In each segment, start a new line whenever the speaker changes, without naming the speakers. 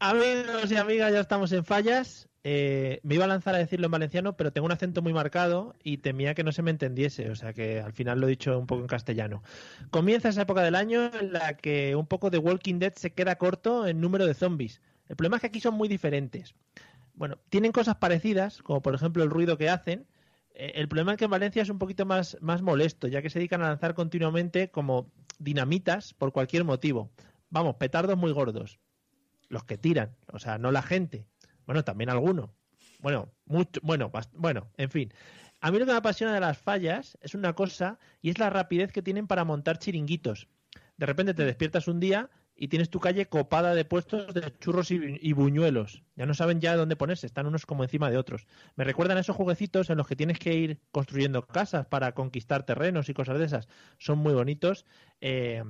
Amigos y amigas, ya estamos en fallas. Eh, me iba a lanzar a decirlo en valenciano, pero tengo un acento muy marcado y temía que no se me entendiese, o sea que al final lo he dicho un poco en castellano. Comienza esa época del año en la que un poco de Walking Dead se queda corto en número de zombies. El problema es que aquí son muy diferentes. Bueno, tienen cosas parecidas, como por ejemplo el ruido que hacen. Eh, el problema es que en Valencia es un poquito más, más molesto, ya que se dedican a lanzar continuamente como dinamitas por cualquier motivo. Vamos, petardos muy gordos. Los que tiran, o sea, no la gente, bueno, también alguno. Bueno, mucho, bueno, bueno, en fin. A mí lo que me apasiona de las fallas es una cosa y es la rapidez que tienen para montar chiringuitos. De repente te despiertas un día y tienes tu calle copada de puestos de churros y, y buñuelos. Ya no saben ya dónde ponerse, están unos como encima de otros. Me recuerdan a esos jueguecitos en los que tienes que ir construyendo casas para conquistar terrenos y cosas de esas. Son muy bonitos. Eh,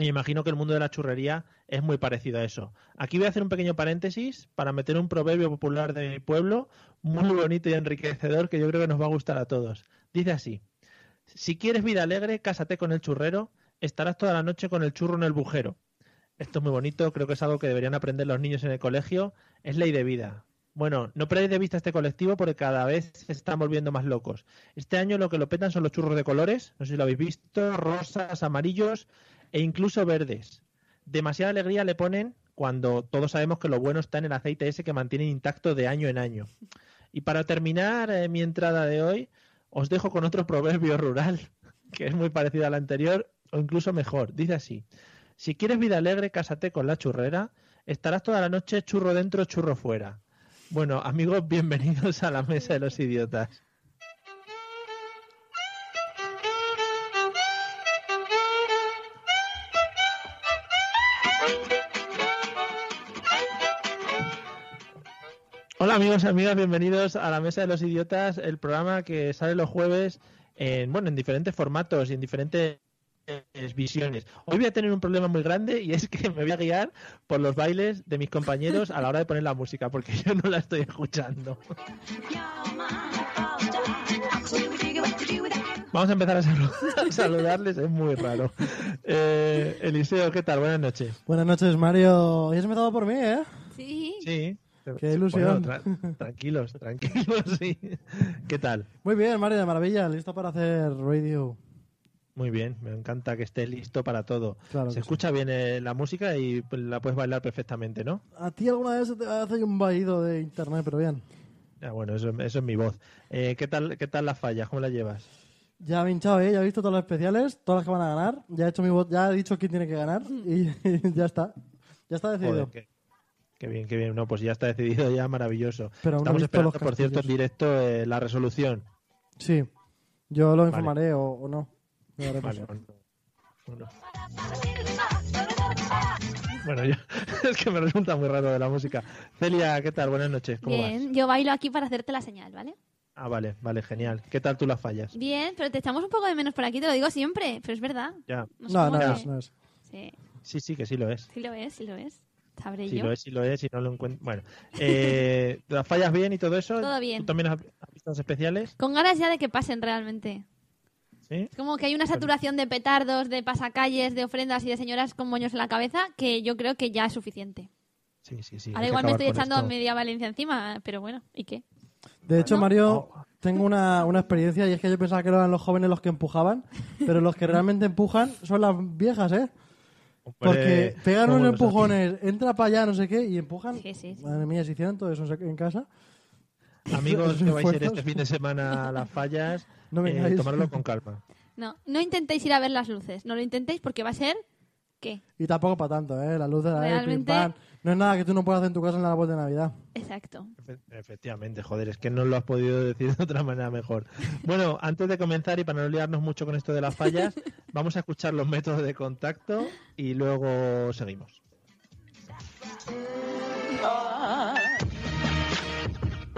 me imagino que el mundo de la churrería es muy parecido a eso. Aquí voy a hacer un pequeño paréntesis para meter un proverbio popular de mi pueblo, muy bonito y enriquecedor, que yo creo que nos va a gustar a todos. Dice así: Si quieres vida alegre, cásate con el churrero, estarás toda la noche con el churro en el bujero. Esto es muy bonito, creo que es algo que deberían aprender los niños en el colegio. Es ley de vida. Bueno, no perdáis de vista este colectivo porque cada vez se están volviendo más locos. Este año lo que lo petan son los churros de colores, no sé si lo habéis visto, rosas, amarillos e incluso verdes. Demasiada alegría le ponen cuando todos sabemos que lo bueno está en el aceite ese que mantienen intacto de año en año. Y para terminar eh, mi entrada de hoy, os dejo con otro proverbio rural que es muy parecido al anterior o incluso mejor. Dice así, si quieres vida alegre, cásate con la churrera, estarás toda la noche churro dentro, churro fuera. Bueno, amigos, bienvenidos a la mesa de los idiotas. Hola amigos y amigas, bienvenidos a la Mesa de los Idiotas, el programa que sale los jueves en, bueno, en diferentes formatos y en diferentes visiones. Hoy voy a tener un problema muy grande y es que me voy a guiar por los bailes de mis compañeros a la hora de poner la música, porque yo no la estoy escuchando. Vamos a empezar a, salud a saludarles, es muy raro. Eh, Eliseo, ¿qué tal? Buenas noches.
Buenas noches, Mario. Ya has empezado por mí, ¿eh?
Sí.
Sí.
Qué ilusión.
Bueno, tra tranquilos, tranquilos, sí. ¿Qué tal?
Muy bien, Mario, de maravilla. Listo para hacer radio.
Muy bien, me encanta que estés listo para todo.
Claro
Se
que
escucha bien eh, la música y la puedes bailar perfectamente, ¿no?
A ti alguna vez se te hace un vaído de internet, pero bien.
Ah, bueno, eso, eso es mi voz. Eh, ¿qué, tal, ¿Qué tal las fallas? ¿Cómo las llevas?
Ya he hinchado, ¿eh? Ya he visto todos los especiales, todas las que van a ganar. Ya he hecho mi voto, ya he dicho quién tiene que ganar y, ya está. Ya está decidido.
Joder, qué, qué bien, qué bien. No, pues ya está decidido, ya maravilloso.
Pero aún no he
Estamos
visto los
esperando, por cierto, en
castillos.
directo eh, la resolución.
Sí. Yo lo informaré o, o no. Ya veremos.
Vale, bueno. Bueno. Bueno, yo, es que me resulta muy raro de la música. Celia, ¿qué tal? Buenas noches, ¿cómo vas?
Bien, yo bailo aquí para hacerte la señal, ¿vale?
Ah, vale, vale, genial. ¿Qué tal tú las fallas?
Bien, pero te echamos un poco de menos por aquí, te lo digo siempre, pero es verdad.
Ya.
Nos
No, no
somos
es,
de-
no es.
Sí,
Sí, sí, que sí lo es.
sí lo es, sí lo es. Sabré
Sí
yo.
lo es, sí lo es, y no lo encuentro. Bueno, eh, ¿las fallas bien y todo eso?
Todo bien.
¿Tú también has, has visto las especiales?
Con ganas ya de que pasen realmente.
Sí.
Es como que hay una saturación de petardos, de pasacalles, de ofrendas y de señoras con moños en la cabeza que yo creo que ya es suficiente.
Sí, sí, sí. hay
Ahora
que
igual me
acabar
estoy
con
echando a
esto.
media Valencia encima, pero bueno, ¿y qué?
De hecho,
¿No?
Mario, tengo una, una experiencia y es que yo pensaba que eran los jóvenes los que empujaban, pero los que realmente empujan son las viejas, ¿eh? Porque
Hombre, pues
pegan
¿cómo
unos
lo sabes?
empujones, entra para allá, no sé qué, y empujan.
Sí, sí, sí.
Madre mía, si hicieran todo eso en casa.
Amigos, que vais a ir este
Esfuerzos.
fin de semana a las fallas,
No
eh,
vengáis.
tomarlo con calma.
No, no intentéis ir a ver las luces, no lo intentéis porque va a ser... ¿Qué?
Y tampoco para tanto, ¿eh? La luz de la
Realmente-
No es nada que tú no puedas hacer en tu casa en la árbol de Navidad.
Exacto.
Efe- Efectivamente, joder, es que no lo has podido decir de otra manera mejor. Bueno, antes de comenzar y para no liarnos mucho con esto de las fallas, vamos a escuchar los métodos de contacto y luego seguimos.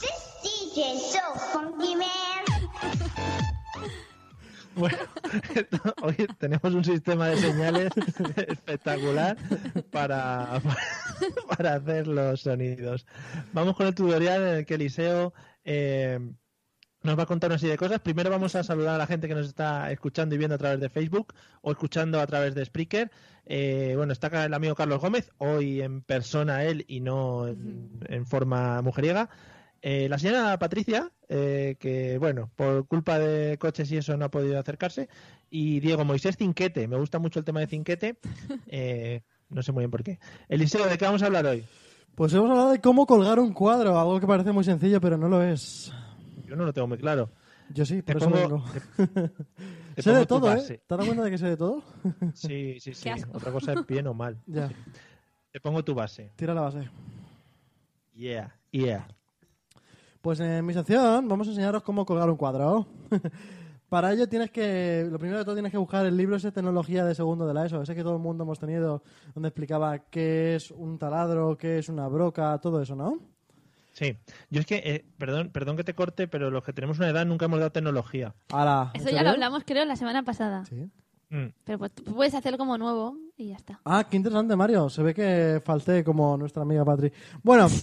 This DJ is so funky, man.
Bueno, esto- oye, tenemos un sistema de señales espectacular para, para hacer los sonidos. Vamos con el tutorial en el que Eliseo eh, nos va a contar una serie de cosas. Primero vamos a saludar a la gente que nos está escuchando y viendo a través de Facebook o escuchando a través de Spreaker. Eh, bueno, está acá el amigo Carlos Gómez, hoy en persona él y no en, en forma mujeriega. Eh, la señora Patricia, eh, que bueno, por culpa de coches y eso no ha podido acercarse. Y Diego Moisés Cinquete, me gusta mucho el tema de Cinquete. eh, no sé muy bien por qué. Eliseo, ¿de qué vamos a hablar hoy?
Pues hemos hablado de cómo colgar un cuadro, algo que parece muy sencillo, pero no lo es.
Yo no lo tengo muy claro.
Yo sí,
Te
por eso
pongo-
vengo.
Te
sé
pongo tu
de todo,
base.
¿eh? ¿Te das cuenta de que sé de todo?
Sí, sí, sí.
Qué asco.
Otra cosa es bien o mal.
ya,
Te pongo tu base.
tira la base.
Yeah, yeah.
Pues en mi sección vamos a enseñaros cómo colgar un cuadro. Para ello tienes que, lo primero de todo tienes que buscar el libro ese de tecnología de segundo de la ESO, ese que todo el mundo hemos tenido, donde explicaba qué es un taladro, qué es una broca, todo eso, ¿no?
Sí. Yo es que, eh, perdón, perdón que te corte, pero los que tenemos una edad nunca hemos dado tecnología.
Ahora.
Eso ya lo hablamos, creo, la semana pasada.
Sí.
Mm.
Pero pues, tú puedes hacerlo como nuevo y ya está.
Ah, qué interesante, Mario. Se ve que falté como nuestra amiga Patri. Bueno,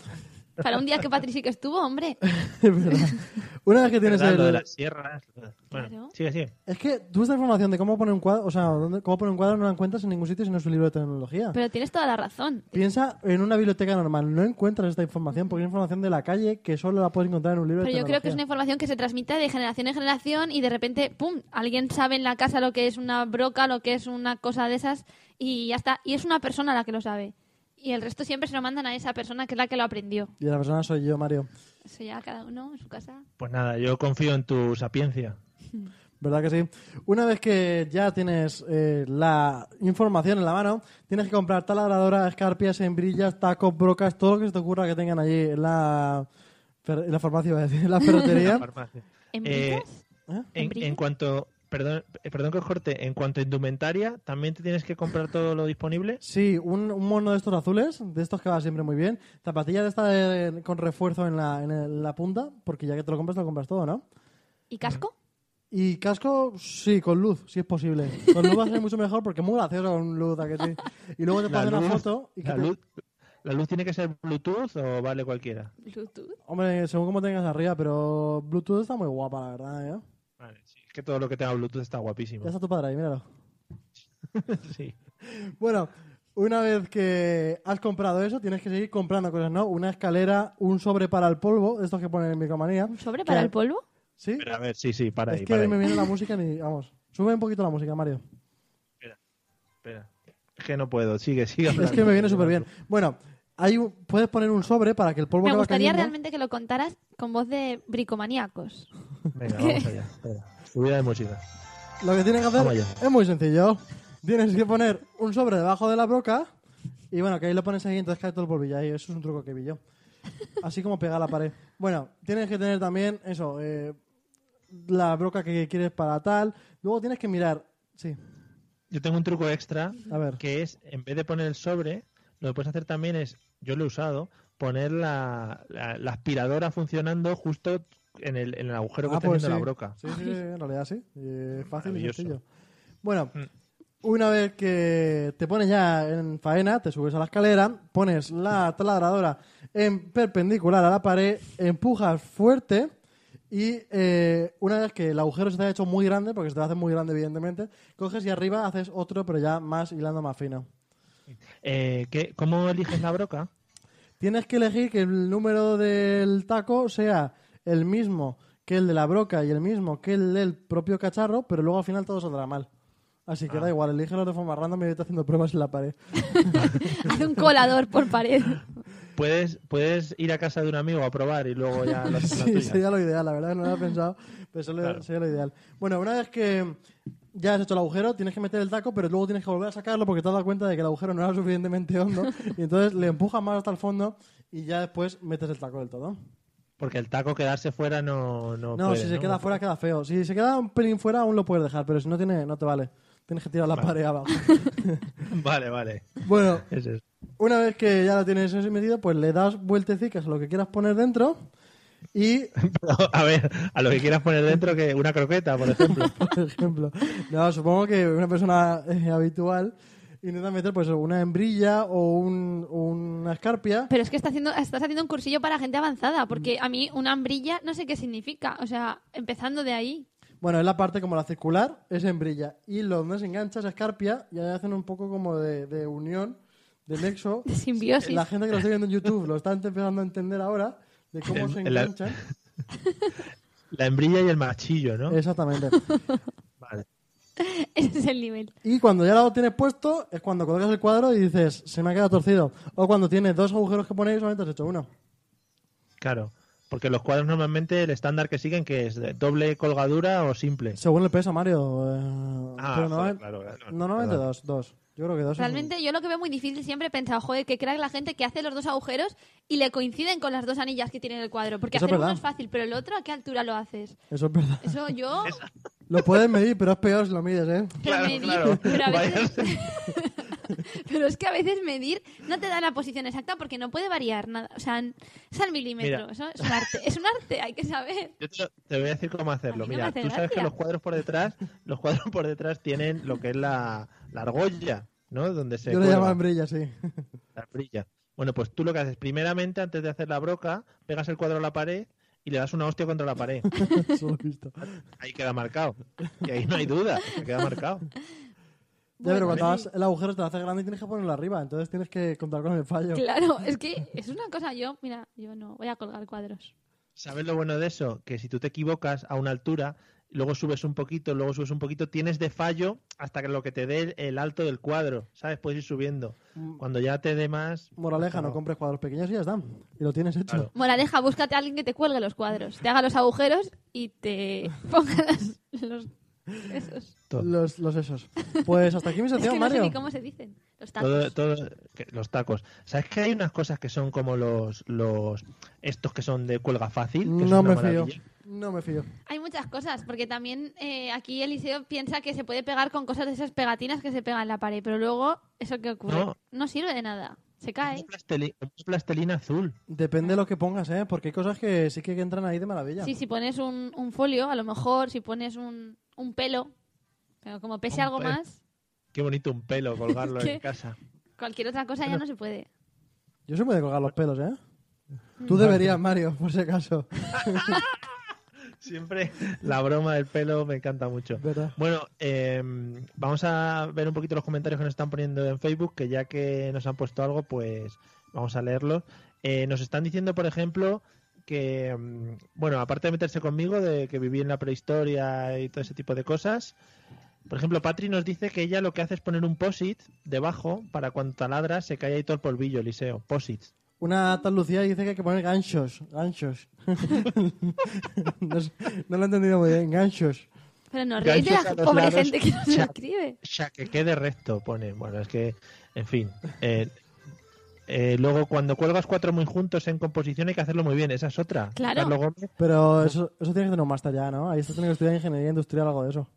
Para un día que Patrick sí que estuvo, hombre.
es verdad. Una vez que tienes
¿Verdad? Lo de
el...
las sierras. lo de- Bueno,
Claro.
sigue, sigue.
Es que tú esta información de cómo poner un cuadro, o sea, dónde- cómo poner un cuadro no la encuentras en ningún sitio sino en su libro de tecnología.
Pero tienes toda la razón.
Piensa en una biblioteca normal, no encuentras esta información porque es información de la calle que solo la puedes encontrar en un libro
Pero
de
yo creo que es una
tecnología.
información que se transmite de generación en generación y de repente, ¡pum!, alguien sabe en la casa lo que es una broca, lo que es una cosa de esas y ya está. Y es una persona la que lo sabe. Y el resto siempre se lo mandan a esa persona que es la que lo aprendió.
Y la persona soy yo, Mario.
Eso ya cada uno en su casa.
Pues nada, yo confío en tu sapiencia.
¿Verdad que sí? Una vez que ya tienes eh, la información en la mano, tienes que comprar taladradoras, escarpias, hembrillas, tacos, brocas, todo lo que se te ocurra que tengan allí en la, fer- en la farmacia, iba a decir, en la ferretería.
Farmacia.
¿En
Eh,
brillas?
¿Eh?
En,
¿Brillo?
en cuanto, perdón, eh, perdón que os corte, en cuanto a indumentaria, ¿también te tienes que comprar todo lo disponible?
Sí, un, un mono de estos azules, de estos que va siempre muy bien. Zapatilla de esta de- con refuerzo en la, en el- la punta, porque ya que te lo compras, te lo compras todo, ¿no?
¿Y casco?
Y casco, sí, con luz, si es posible. Con luz va a ser mucho mejor porque es muy gracioso con luz, ¿a que sí? Y luego te
La
pasan una
luz-
foto y que
La
te-
luz, ¿La luz tiene que ser Bluetooth o vale cualquiera?
¿Bluetooth?
Hombre, según como tengas arriba, pero Bluetooth está muy guapa, la verdad, ¿eh?
Vale, sí, es que todo lo que tenga Bluetooth está
Ya
guapísimo.
está tu padre ahí, míralo.
Sí.
Bueno, una vez que has comprado eso, tienes que seguir comprando cosas, ¿no? Una escalera, un sobre para el polvo, estos que ponen en Micromanía.
¿Un sobre para
Que-
el polvo?
¿Sí?
Pero a ver, sí, sí, para
es
ahí,
que
para ahí.
me viene la música ni... Vamos, sube un poquito la música, Mario.
Espera. Es que no puedo, sigue, sigue.
Es que me viene súper bien. Bueno, hay un- puedes poner un sobre para que el polvo
Me
que va
gustaría
cayendo-
realmente que lo contaras con voz de bricomaníacos.
Venga, vamos allá. Espera. Subida de música.
Lo que tienes que hacer
Vamos allá.
es muy sencillo. Tienes que poner un sobre debajo de la broca y bueno, que ahí lo pones ahí entonces cae todo el polvillo ahí. Eso es un truco que vi yo. Así como pegar la pared. Bueno, tienes que tener también eso, eh, la broca que quieres para tal. Luego tienes que mirar, sí,
Yo tengo un truco extra
a ver.
que es, en vez de poner el sobre, lo que puedes hacer también es, yo lo he usado, poner la, la- la aspiradora funcionando justo en el, en el agujero que
Ah,
está
pues
haciendo
sí.
la broca.
Sí, sí, en realidad sí. Eh, fácil y
Maravilloso. Mm.
sencillo. Bueno, una vez que te pones ya en faena, te subes a la escalera, pones la taladradora en perpendicular a la pared, empujas fuerte y eh, una vez que el agujero se te ha hecho muy grande, porque se te hace muy grande evidentemente, coges y arriba haces otro, pero ya más hilando más fino.
Eh, ¿qué- ¿Cómo eliges la broca?
tienes que elegir que el número del taco sea el mismo que el de la broca y el mismo que el del propio cacharro, pero luego al final todo saldrá mal. Así
Ah.
que da igual, elígelos de forma random y vete haciendo pruebas en la pared.
Haz un colador por pared.
Puedes, puedes ir a casa de un amigo a probar y luego ya lo haces la
Sí,
tuya.
sería lo ideal, la verdad que no lo había pensado, pero sería,
Claro.
sería lo ideal. Bueno, una vez que ya has hecho el agujero, tienes que meter el taco, pero luego tienes que volver a sacarlo porque te has dado cuenta de que el agujero no era suficientemente hondo y entonces le empujas más hasta el fondo y ya después metes el taco del todo.
Porque el taco quedarse fuera no No,
No,
puede,
si se
¿no?
queda fuera queda feo. Si se queda un pelín fuera aún lo puedes dejar, pero si no tiene no te vale. Tienes que tirar la pared abajo.
Vale, vale.
bueno,
Eso es.
una vez que ya lo tienes así metido, pues le das vueltecicas a lo que quieras poner dentro y
Pero, a ver, a lo que quieras poner dentro, que una croqueta, por ejemplo.
por ejemplo. No, supongo que una persona eh, habitual intenta meter pues una hembrilla o un- una escarpia.
Pero es que está haciendo, estás haciendo un cursillo para gente avanzada,
Mm.
porque a mí una hambrilla no sé qué significa. O sea, empezando de ahí.
Bueno, es la parte como la circular, es hembrilla. Y los donde se engancha es escarpia y ahí hacen un poco como de, de unión, de nexo.
De simbiosis.
La gente que lo está viendo en YouTube lo está empezando a entender ahora de cómo
En-
se
en la-
enganchan.
La hembrilla y el machillo, ¿no?
Exactamente.
Vale.
Ese es el nivel.
Y cuando ya lo tienes puesto es cuando colocas el cuadro y dices, se me ha quedado torcido. O cuando tienes dos agujeros que poner y solamente has hecho uno.
Claro. Porque los cuadros normalmente el estándar que siguen que es de doble colgadura o simple.
Según el peso, Mario.
Ah,
eh, pero
joder,
normalmente-
claro, claro,
no, normalmente
perdón.
dos, dos. Yo creo que dos. es
Realmente yo lo que veo muy difícil siempre he pensado, joder, que crack la gente que hace los dos agujeros y le coinciden con las dos anillas que tiene en el cuadro. Porque
Eso es
hacer uno
verdad.
es fácil, pero el otro, ¿a qué altura lo haces?
un- Eso es verdad.
Eso yo...
Lo puedes medir, pero es peor si lo mides, ¿eh?
que
Claro, claro.
medir- Pero, a
Vaya.
veces, pero es que a veces medir no te da la posición exacta porque no puede variar nada. O sea, es al milímetro.
Mira.
Eso es un arte. Es un arte, hay que saber.
Yo te, te voy a decir cómo hacerlo.
A mí no me
Mira,
hace
tú sabes
gracia.
que los cuadros por detrás, los cuadros por detrás tienen lo que es la, la argolla, ¿no? Donde se
Yo le llamo
cuelga,
hembrilla, sí.
la argolla. Bueno, pues tú lo que haces primeramente antes de hacer la broca, pegas el cuadro a la pared y le das una hostia contra la pared.
Eso lo he visto. Ya,
Ahí queda marcado. Y ahí no hay duda, que queda marcado.
Bueno,
pero cuando
sí.
hagas el agujero te lo hace grande y tienes que ponerlo arriba. Entonces tienes que contar con el fallo.
Claro, es que es una cosa. Yo, mira, yo no voy a colgar cuadros.
¿Sabes lo bueno de eso? Que si tú te equivocas a una altura, luego subes un poquito, luego subes un poquito, tienes de fallo hasta que lo que te dé el alto del cuadro, ¿sabes? Puedes ir subiendo.
Mm.
Cuando ya te dé más...
Moraleja, no
Claro.
compres cuadros pequeños y ya está. Y lo tienes hecho.
Claro.
Moraleja, búscate a alguien que te cuelgue los cuadros, te haga los agujeros y te ponga las- los. Esos.
Todo.
Los, los esos. Pues hasta aquí mi
Es
sección,
que no sé
Mario.
ni cómo se dicen. Los tacos.
Todo, todo- que- los tacos. ¿Sabes que hay unas cosas que son como los, los estos que son de cuelga fácil? Que es
No
una
me fío.
maravilla?
No me fío.
Hay muchas cosas, porque también eh, aquí Eliseo piensa que se puede pegar con cosas de esas pegatinas que se pegan en la pared, pero luego, ¿eso qué ocurre?
No.
No, sirve de nada. Se cae.
Una plasteli- una plastelina azul.
Depende de lo que pongas, ¿eh? Porque hay cosas que sí que entran ahí de maravilla.
Sí, si pones un, un folio, a lo mejor, si pones un, un pelo, pero como pese
Un
algo
pelo.
más,
Qué bonito un pelo colgarlo en
¿Qué?
casa.
cualquier otra cosa ya no se puede.
Yo soy muy de colgar los pelos, ¿eh?
Mm.
Tú deberías, Mario, por si acaso.
Siempre la broma del pelo me encanta mucho.
¿Verdad?
Bueno, eh, vamos a ver un poquito los comentarios que nos están poniendo en Facebook, que ya que nos han puesto algo, pues vamos a leerlos. Eh, nos están diciendo, por ejemplo, que, mm, bueno, aparte de meterse conmigo, de que viví en la prehistoria y todo ese tipo de cosas, por ejemplo, Patri nos dice que ella lo que hace es poner un posit debajo para cuando taladra se caiga ahí todo el polvillo, Eliseo. Posits.
Una tal Lucía dice que hay que poner ganchos. Ganchos. no, sé, no lo he entendido muy bien. Ganchos.
Pero no reís de
Ganchos
la
a los
pobre
lados.
gente que nos
Ya.
escribe.
Ya que quede recto, pone. Bueno, es que, en fin. eh, eh, luego, cuando cuelgas cuatro muy juntos en composición, hay que hacerlo muy bien. Esa es otra.
Claro.
Carlos Gómez.
Pero eso, eso tiene que tener un máster ya, ¿no? Ahí estás teniendo que estudiar ingeniería industrial algo de eso.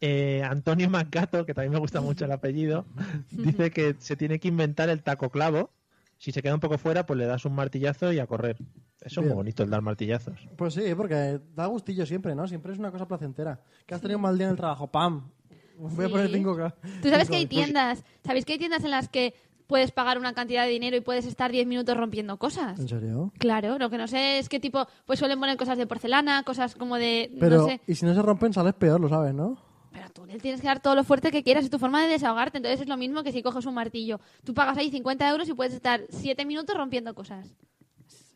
Eh, Antonio Mangato, que también me gusta mucho el apellido, dice que se tiene que inventar el taco clavo. Si se queda un poco fuera, pues le das un martillazo y a correr. Eso es muy
Bien.
bonito, el dar martillazos.
Pues sí, porque da gustillo siempre, ¿no? Siempre es una cosa placentera. Que has tenido un mal día en el trabajo. ¡Pam! Voy a
Sí.
poner 5K.
Tú sabes
pues,
que hay tiendas, ¿sabéis que hay tiendas en las que puedes pagar una cantidad de dinero y puedes estar 10 minutos rompiendo cosas?
Mm.
¿En serio?
Claro, lo que no sé es qué tipo, pues suelen poner cosas de porcelana, cosas como de,
Pero,
no sé,
y si no se rompen, sales peor, lo sabes, ¿no?
pero tú le tienes que dar todo lo fuerte que quieras, es tu forma de desahogarte. Entonces es lo mismo que si coges un martillo. Tú pagas ahí 50 euros y puedes estar 7 minutos rompiendo cosas.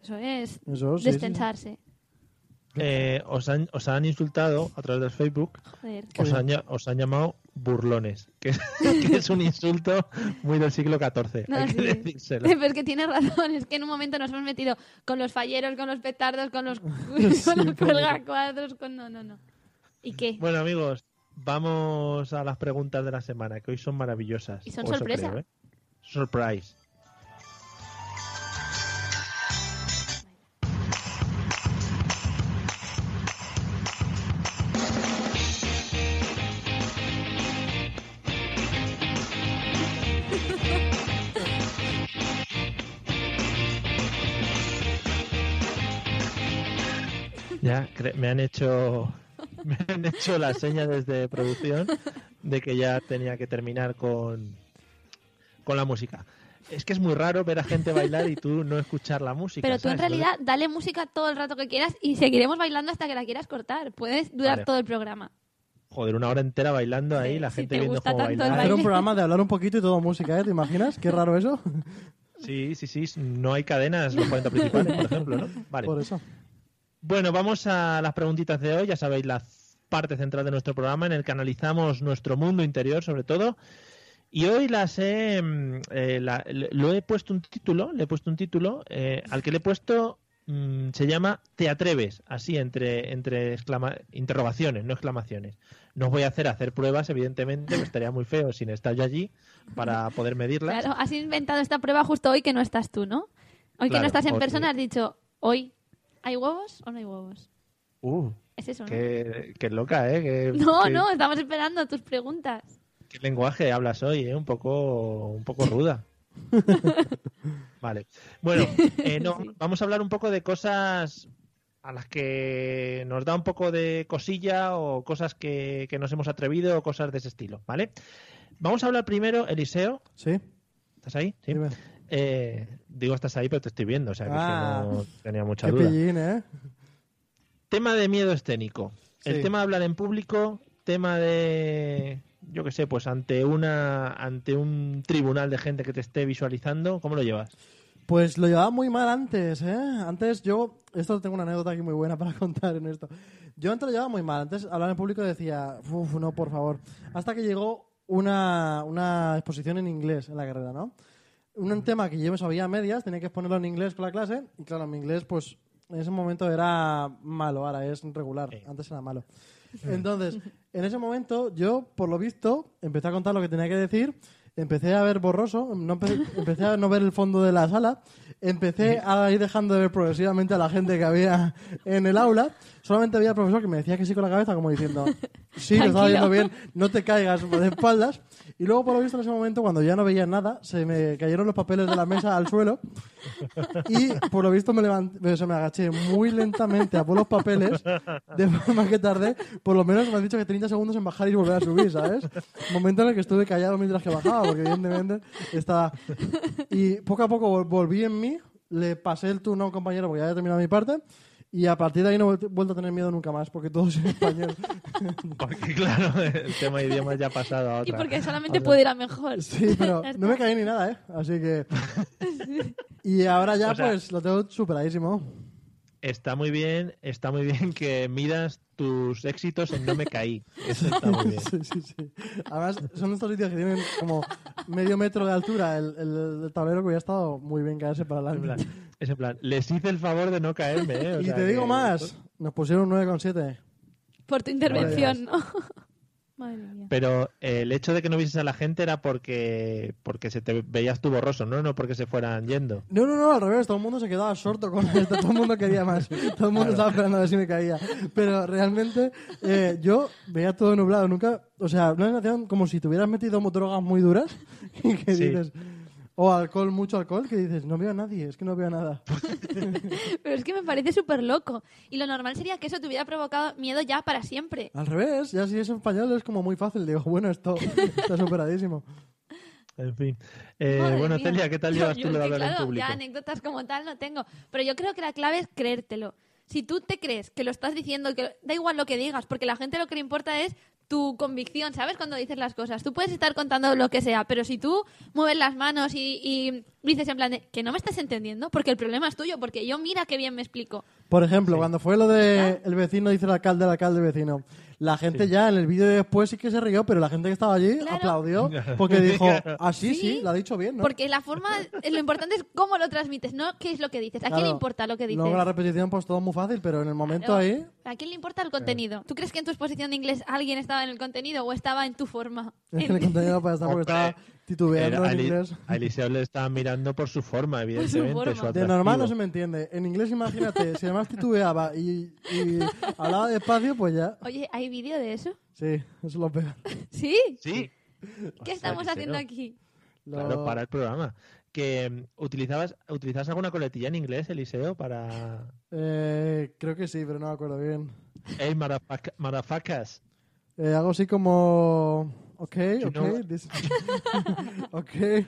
Eso es
Pues
Eso, sí, sí.
destensarse.
Eh, os, han, os han insultado a través del Facebook,
Joder.
os han, lla- os han llamado burlones, que es, que es un insulto muy del siglo XIV.
No,
hay que
sí.
decírselo.
Pero es que tiene razón, es que en un momento nos hemos metido con los falleros, con los petardos, con los,
Sí,
con los
pobre.
colgacuadros, con... No, no, no. ¿Y qué?
Bueno, amigos, vamos a las preguntas de la semana, que hoy son maravillosas.
Y son
O eso
sorpresa.
creo, ¿eh? Surprise. Ya, cre- me han hecho me han hecho la seña desde producción de que ya tenía que terminar con con la música. Es que es muy raro ver a gente bailar y tú no escuchar la música.
Pero tú en
¿sabes? Entonces,
realidad dale música todo el rato que quieras y seguiremos bailando hasta que la quieras cortar. Puedes durar
Vale.
todo el programa.
Joder, una hora entera bailando ahí,
Sí,
la
si
gente
te
viendo
gusta
cómo
tanto el
bailar.
Hacer un
baile.
programa de hablar un poquito y todo música, ¿eh? ¿Te imaginas? Qué raro eso.
Sí, sí, sí, no hay cadenas los 40 principales, por ejemplo, ¿no? Vale.
Por eso.
Bueno, vamos a las preguntitas de hoy. Ya sabéis, la parte central de nuestro programa en el que analizamos nuestro mundo interior, sobre todo. Y hoy las he, mm, eh, la- le- lo he puesto un título, le he puesto un título eh, al que le he puesto mm, se llama Te atreves, así entre entre exclama- interrogaciones, no exclamaciones. No os voy a hacer hacer pruebas, evidentemente, pues estaría muy feo sin estar yo allí para poder medirlas.
Claro, has inventado esta prueba justo hoy que no estás tú, ¿no? Hoy que
Claro,
no estás en
porque-
persona has dicho, hoy, ¿hay huevos o no hay huevos?
Uh,
Es eso, ¿no?
qué, qué loca, ¿eh? Qué-
No,
qué-
no, estamos esperando tus preguntas.
¿Qué lenguaje hablas hoy? Eh? Un poco, un poco ruda. vale. Bueno, eh, no, vamos a hablar un poco de cosas a las que nos da un poco de cosilla o cosas que, que nos hemos atrevido o cosas de ese estilo, ¿vale? Vamos a hablar primero, Eliseo,
Sí.
¿estás ahí? Sí.
Dime.
Eh, digo, estás ahí, pero te estoy viendo, o sea, que
Ah.
no tenía mucha
Qué
duda.
pillín, ¿eh?
Tema de miedo escénico. El
Sí.
tema de hablar en público, tema de yo qué sé, pues ante una ante un tribunal de gente que te esté visualizando, ¿cómo lo llevas?
Pues lo llevaba muy mal antes, ¿eh? Antes yo... Esto tengo una anécdota aquí muy buena para contar en esto. Yo antes lo llevaba muy mal. Antes hablar en público decía, uff, no, por favor. Hasta que llegó una, una exposición en inglés en la carrera, ¿no? Un tema que yo me sabía a medias, tenía que exponerlo en inglés con la clase. Y claro, mi inglés, pues, en ese momento era malo. Ahora es regular.
Sí.
Antes era malo. Entonces, en ese momento, yo, por lo visto, empecé a contar lo que tenía que decir, empecé a ver borroso, no empe- empecé a no ver el fondo de la sala, empecé a ir dejando de ver progresivamente a la gente que había en el aula. Solamente había el profesor que me decía que sí con la cabeza, como diciendo, sí, lo estaba
Tranquilo.
viendo bien, no te caigas de espaldas. Y luego, por lo visto, en ese momento, cuando ya no veía nada, se me cayeron los papeles de la mesa al suelo. Y por lo visto me levanté, se me agaché muy lentamente a por los papeles, de forma que tardé, por lo menos me han dicho que 30 segundos en bajar y volver a subir, ¿sabes? Momento en el que estuve callado mientras que bajaba, porque evidentemente estaba. Y poco a poco vol- volví en mí, le pasé el turno a un compañero porque ya había terminado mi parte, y a partir de ahí no he vuelto- vuelto a tener miedo nunca más, porque todo es en español.
Porque claro, el tema idioma ya ha pasado a
Y
otra.
porque solamente puede ir a mejor.
Sí, pero
Ya está.
no me caí ni nada, ¿eh? Así que. Y ahora ya,
O sea-
pues lo tengo superadísimo.
Está muy bien, está muy bien que midas tus éxitos en no me caí. Eso está muy bien.
Sí, sí, sí. Además, son estos sitios que tienen como medio metro de altura el, el- el tablero que hubiera estado muy bien caerse para
Es en plan,
adelante.
es en plan, les hice el favor de no caerme, ¿eh? O
Y
sea
te digo
que-
más, nos pusieron un 9,7.
Por tu intervención, ¿no? Madre mía.
Pero eh, el hecho de que no vieses a la gente era porque porque se te veías tú borroso, no, no porque se fueran yendo.
No, no, no, al revés, todo el mundo se quedaba sordo con esto, todo el mundo quería más, todo el mundo estaba esperando a ver si me caía. Pero realmente eh, yo veía todo nublado, nunca, o sea, una sensación como si te hubieras metido drogas muy duras y que
Sí.
dices, o alcohol, mucho alcohol, que dices, no veo a nadie, es que no veo nada.
Pero es que me parece súper loco. Y lo normal sería que eso te hubiera provocado miedo ya para siempre.
Al revés, ya si es en español es como muy fácil. Digo, bueno, esto está superadísimo.
En fin. Eh,
Madre
bueno,
mía.
Celia, ¿qué tal
Yo-
llevas
yo
tú
es
lo de
que,
hablar
claro,
en público?
Ya anécdotas como tal no tengo. Pero yo creo que la clave es creértelo. Si tú te crees que lo estás diciendo, que da igual lo que digas, porque la gente lo que le importa es tu convicción, ¿sabes? Cuando dices las cosas. Tú puedes estar contando lo que sea, pero si tú mueves las manos y, y dices en plan de que no me estás entendiendo, porque el problema es tuyo, porque yo mira qué bien me explico.
Por ejemplo, cuando fue lo de el vecino dice el alcalde, el alcalde, el vecino. La gente ya en el vídeo de después sí que se rió, pero la gente que estaba allí
Claro.
aplaudió porque dijo, así sí,
Sí,
lo ha dicho bien, ¿no?
Porque la forma, lo importante es cómo lo transmites, no qué es lo que dices. ¿A quién
Claro.
le importa lo que dices?
Luego la repetición, pues todo muy fácil, pero en el momento
Claro.
ahí...
¿A quién le importa el contenido? ¿Tú crees que en tu exposición de inglés alguien estaba en el contenido o estaba en tu forma?
En el contenido para estar porque
Hombre.
estaba titubeando
Era-
en
a Eli-
inglés.
a Eliseo le estaba mirando por su forma, evidentemente.
forma.
su
De normal no se
atractivo.
me entiende. En inglés, imagínate, si además titubeaba y, y hablaba despacio, pues ya.
Oye, ¿hay vídeo de eso?
Sí, eso es lo peor.
¿Sí?
Sí.
¿Qué
O sea,
estamos
Eliseo,
haciendo aquí?
Lo-
Claro, para el programa. Que mm, utilizabas, ¿utilizabas alguna coletilla en inglés, Eliseo, para
Eh, creo que sí, pero no me acuerdo bien.
Hey marafaca- marafacas?
Eh, algo así como. Ok,
You
ok,
know-
this- ok. Eh,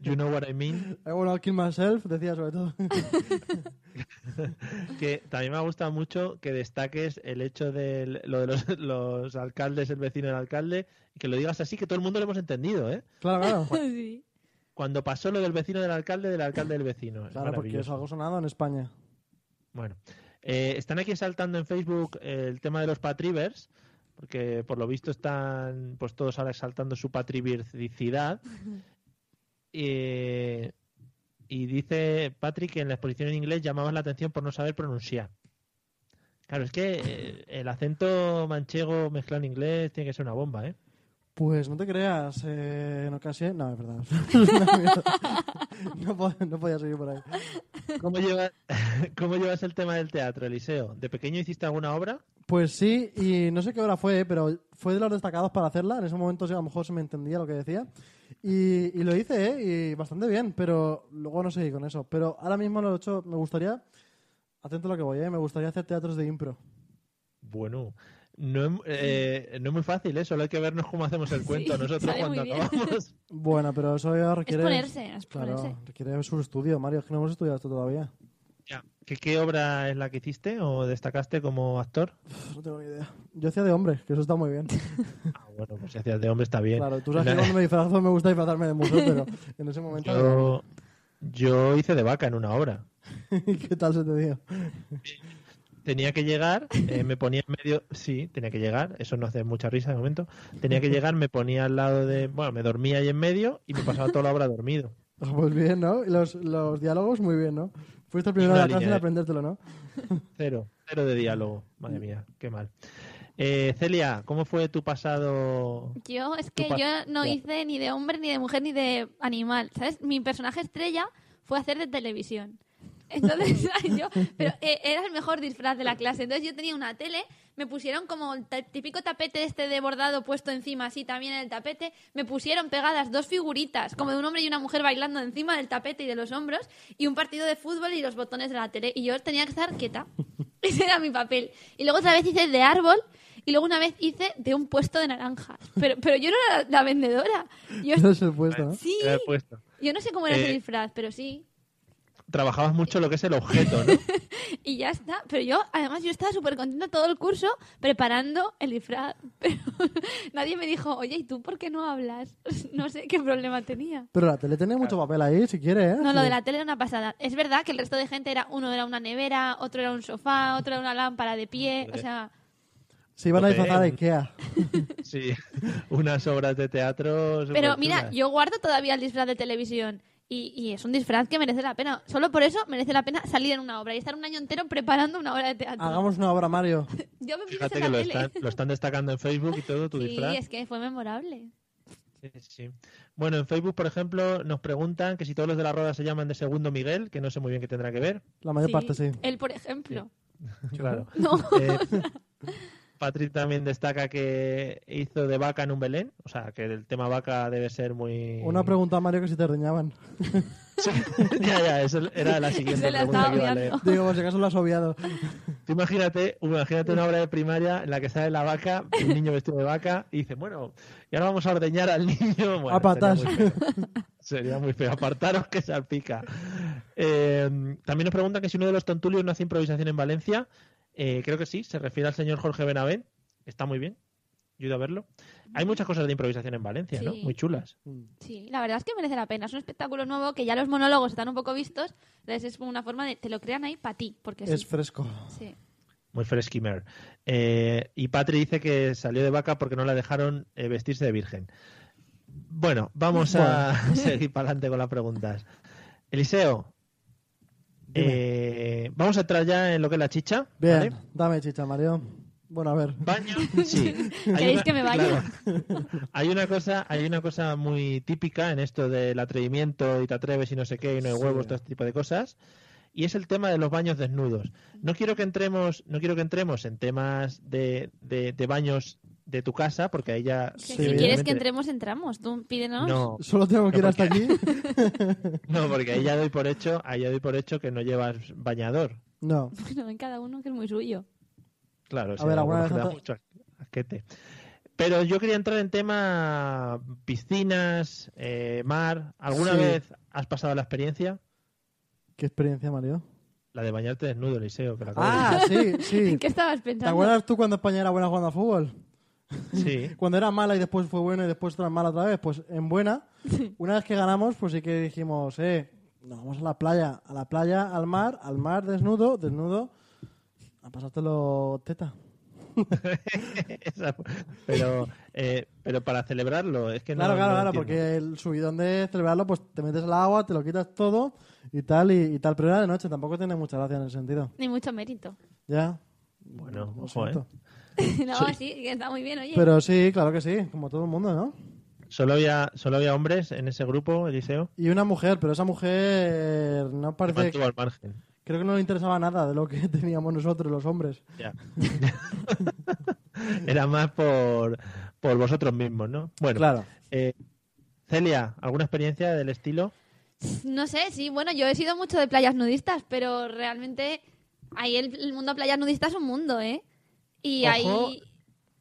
You know what I mean?
I wanna kill myself, decía sobre todo.
Que también me gusta mucho que destaques el hecho de lo de los, los alcaldes, el vecino del alcalde, y que lo digas así, que todo el mundo lo hemos entendido, ¿eh?
claro, claro.
Sí.
Cuando pasó lo del vecino del alcalde, del alcalde del vecino. Es
Claro, porque es
maravilloso.
algo sonado en España.
Bueno, eh, están aquí saltando en Facebook eh, el tema de los patrivers, porque por lo visto están pues todos ahora exaltando su patriversidad. Eh, y dice Patrick que en la exposición en inglés llamabas la atención por no saber pronunciar. Claro, es que eh, el acento manchego mezclado en inglés tiene que ser una bomba, ¿eh?
Pues no te creas, eh, en ocasión. No, es verdad. Una mierda. no, pod- no podía seguir por ahí.
¿Cómo llevas, ¿Cómo llevas el tema del teatro, Eliseo? ¿De pequeño hiciste alguna obra?
Pues sí, y no sé qué hora fue, pero fue de los destacados para hacerla. En ese momento sí, a lo mejor se me entendía lo que decía. Y, y lo hice, ¿eh? Y bastante bien, pero luego no seguí con eso. Pero ahora mismo lo he hecho, me gustaría... Atento a lo que voy, ¿eh? Me gustaría hacer teatros de impro.
Bueno, no es, eh, no es muy fácil eso, solo hay que vernos cómo hacemos el cuento nosotros
sale
cuando
muy bien.
acabamos.
Bueno, pero eso ya
Es
requiere...
ponerse, es
Claro,
ponerse.
requiere su estudio, Mario. Es que no hemos estudiado esto todavía.
Ya. ¿Qué, qué obra es la que hiciste o destacaste como actor?
Pff, no tengo ni idea. Yo hacía de hombre, que eso está muy bien.
Ah, bueno, pues si hacías de hombre está bien.
Claro, tú sabes que
La-
cuando me disfrazo me gusta disfrazarme de mujer, pero en ese momento...
yo, yo hice de vaca en una obra.
¿Qué tal se te dio?
Tenía que llegar, eh, me ponía en medio, sí, tenía que llegar, eso no hace mucha risa de momento, tenía que llegar, me ponía al lado de, bueno, me dormía ahí en medio y me pasaba toda la obra dormido.
Pues bien, ¿no? Y los, los diálogos muy bien, ¿no? Fuiste el primero
Una
de la clase en
línea, eh.
aprendértelo, ¿no?
Cero, cero de diálogo, madre mía, qué mal. Eh, Celia, ¿cómo fue tu pasado
Yo es que
pas-
yo no
Ya.
hice ni de hombre, ni de mujer, ni de animal. ¿Sabes? Mi personaje estrella fue hacer de televisión. Entonces, ¿sabes? yo, pero eh, era el mejor disfraz de la clase. Entonces yo tenía una tele, me pusieron como el ta- típico tapete este de bordado puesto encima, así también en el tapete, me pusieron pegadas dos figuritas, como de un hombre y una mujer bailando encima del tapete y de los hombros, y un partido de fútbol y los botones de la tele. Y yo tenía que estar quieta. Ese era mi papel. Y luego otra vez hice de árbol y luego una vez hice de un puesto de naranjas. Pero, pero yo no era la, la vendedora. Yo,
Ese es el puesto, ¿no?
sí,
Era el puesto.
yo no sé cómo era ese
Eh.
disfraz, pero sí.
Trabajabas mucho lo que es el objeto, ¿no?
Y ya está. Pero yo, además, yo estaba súper contenta todo el curso preparando el disfraz. Pero nadie me dijo, oye, ¿y tú por qué no hablas? No sé qué problema tenía.
Pero la tele tiene mucho papel ahí, si quieres, ¿eh?
No,
Sí.
lo de la tele era una pasada. Es verdad que el resto de gente era, uno era una nevera, otro era un sofá, otro era una lámpara de pie. O sea,
Se iban a
Joder.
disfrazar a Ikea.
Sí, unas obras de teatro.
Pero
superchulas.
mira, yo guardo todavía el disfraz de televisión. Y, y es un disfraz que merece la pena. Solo por eso merece la pena salir en una obra y estar un año entero preparando una obra de teatro.
Hagamos una obra, Mario.
Yo me pienso
Fíjate
en
que
la
lo
tele.
están, lo están destacando en Facebook y todo tu
sí,
disfraz.
es que fue memorable.
Sí, sí. Bueno, en Facebook, por ejemplo, nos preguntan que si todos los de la roda se llaman de segundo Miguel, que no sé muy bien qué tendrá que ver.
La mayor
Sí,
parte sí.
Él, por ejemplo.
Claro.
No.
Eh, Patrick también destaca que hizo de vaca en un Belén, o sea, que el tema vaca debe ser muy...
Una pregunta, Mario, que si te ordeñaban.
ya, ya, eso era la
Se
siguiente
la
pregunta
estaba
que iba a leer.
obviando.
Digo, por si acaso lo has obviado.
Tú imagínate, imagínate una obra de primaria en la que sale la vaca, un niño vestido de vaca, y dice, bueno, y ahora vamos a ordeñar al niño. Bueno,
A patas.
Sería muy, feo. Sería muy feo. Apartaros que salpica. Eh, también nos preguntan que si uno de los tontulios no hace improvisación en Valencia. Eh, creo que sí, se refiere al señor Jorge Benavent. Está muy bien. Yo he ido a verlo. Hay muchas cosas de improvisación en Valencia, ¿no?
Sí.
Muy chulas.
Sí, la verdad es que merece la pena. Es un espectáculo nuevo que ya los monólogos están un poco vistos. Entonces es como una forma de te lo crean ahí para ti. Porque
Es
sí.
fresco.
Sí.
Muy fresquimer. Eh, y Patri dice que salió de vaca porque no la dejaron eh, vestirse de virgen. Bueno, vamos a seguir para adelante con las preguntas. Eliseo, eh, vamos a entrar ya en lo que es la chicha.
Bien,
¿vale?
dame chicha, Mario. Bueno, a ver.
Baño, sí. Hay
¿Queréis que me vaya?
claro. hay una cosa, hay una cosa muy típica en esto del atrevimiento y te atreves y no sé qué y no hay
Sí.
huevos, todo este tipo de cosas. Y es el tema de los baños desnudos. No quiero que entremos, no quiero que entremos en temas de, de- de baños de tu casa, porque ahí ya.
Que
Sí,
si quieres que
evidentemente-
entremos, entramos. Tú pídenos.
No,
Solo tengo que ir
No,
hasta aquí.
no, porque ahí ya doy por hecho, ahí ya doy por hecho que no llevas bañador.
No.
Bueno, en cada uno que es muy suyo.
Claro, o
A
sea,
ver, alguna
algunos
vez
que
ha
dan
to-
mucho asquete. Pero yo quería entrar en tema piscinas, eh, mar. ¿Alguna
Sí.
vez has pasado la experiencia?
¿Qué experiencia, Mario?
La de bañarte desnudo, Eliseo, que la acabo de
Ah, sí, sí.
¿En qué estabas
¿Te
pensando?
acuerdas tú cuando España era buena jugando a fútbol?
decir. Sí.
Cuando era mala y después fue buena y después era mala otra vez. Pues en buena, una vez que ganamos, pues sí que dijimos, eh, nos vamos a la playa, a la playa, al mar, al mar desnudo, desnudo, a pasártelo teta.
Esa- pero, eh, pero para celebrarlo, es que no-
Claro,
no.
claro, claro,
entiendo.
porque el subidón de celebrarlo, pues te metes al agua, te lo quitas todo y tal y, y tal. Pero era de noche, tampoco tiene mucha gracia en el sentido.
Ni mucho mérito.
Ya.
Bueno,
Lo
ojo, eh.
siento.
no, sí. que está muy bien, oye.
Pero sí, claro que sí, como todo el mundo, ¿no?
Solo había, solo había hombres en ese grupo, Eliseo.
Y una mujer, pero esa mujer no
Se
parece.
mantuvo al margen.
Creo que no le interesaba nada de lo que teníamos nosotros, los hombres.
Ya. Era más por, por vosotros mismos, ¿no? Bueno,
Claro.
eh, Celia, ¿alguna experiencia del estilo?
No sé, sí, bueno, yo he sido mucho de playas nudistas, pero realmente ahí el, el mundo de playas nudistas es un mundo, ¿eh? Y
Ojo.
ahí...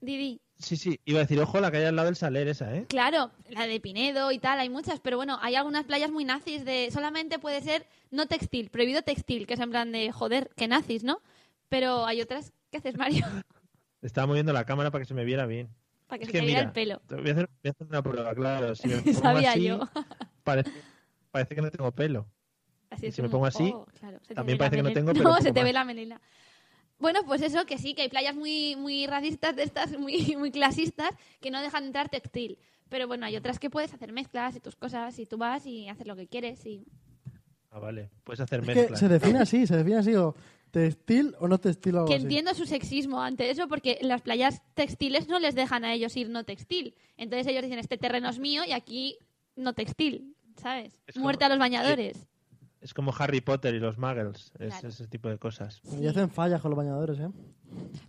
Didi.
Sí, sí, iba a decir, ojo, la que hay al lado del Saler, esa, ¿eh?
Claro, la de Pinedo y tal, hay muchas, pero bueno, hay algunas playas muy nazis de solamente puede ser no textil, prohibido textil, que es en plan de joder, que nazis, ¿no? Pero hay otras, ¿qué haces, Mario?
Estaba moviendo la cámara para que se me viera bien.
Para que
Es
se
que
te viera
mira,
el pelo.
Te Voy a hacer, voy a hacer una prueba, claro. Si me pongo
Sabía
así,
yo.
Parece, parece que no tengo pelo.
Así es
si me
como,
pongo así,
oh, claro, se te
también
ve la
parece que no
melena.
tengo, pero un
No,
poco
se te ve
más.
la melena. Bueno, pues eso, que sí, que hay playas muy, muy racistas de estas, muy, muy clasistas, que no dejan entrar textil. Pero bueno, hay otras que puedes hacer mezclas y tus cosas, y tú vas y haces lo que quieres. Y...
Ah, vale. Puedes hacer
Es que
mezcla.
se define así, se define así, o textil o no textil o algo
Que
así.
entiendo su sexismo ante eso, porque las playas textiles no les dejan a ellos ir no textil. Entonces ellos dicen, este terreno es mío y aquí no textil, ¿sabes?
Es como-
Muerte a los bañadores.
Es como Harry Potter y los muggles. Es
Claro.
ese tipo de cosas.
Y hacen fallas con los bañadores, ¿eh?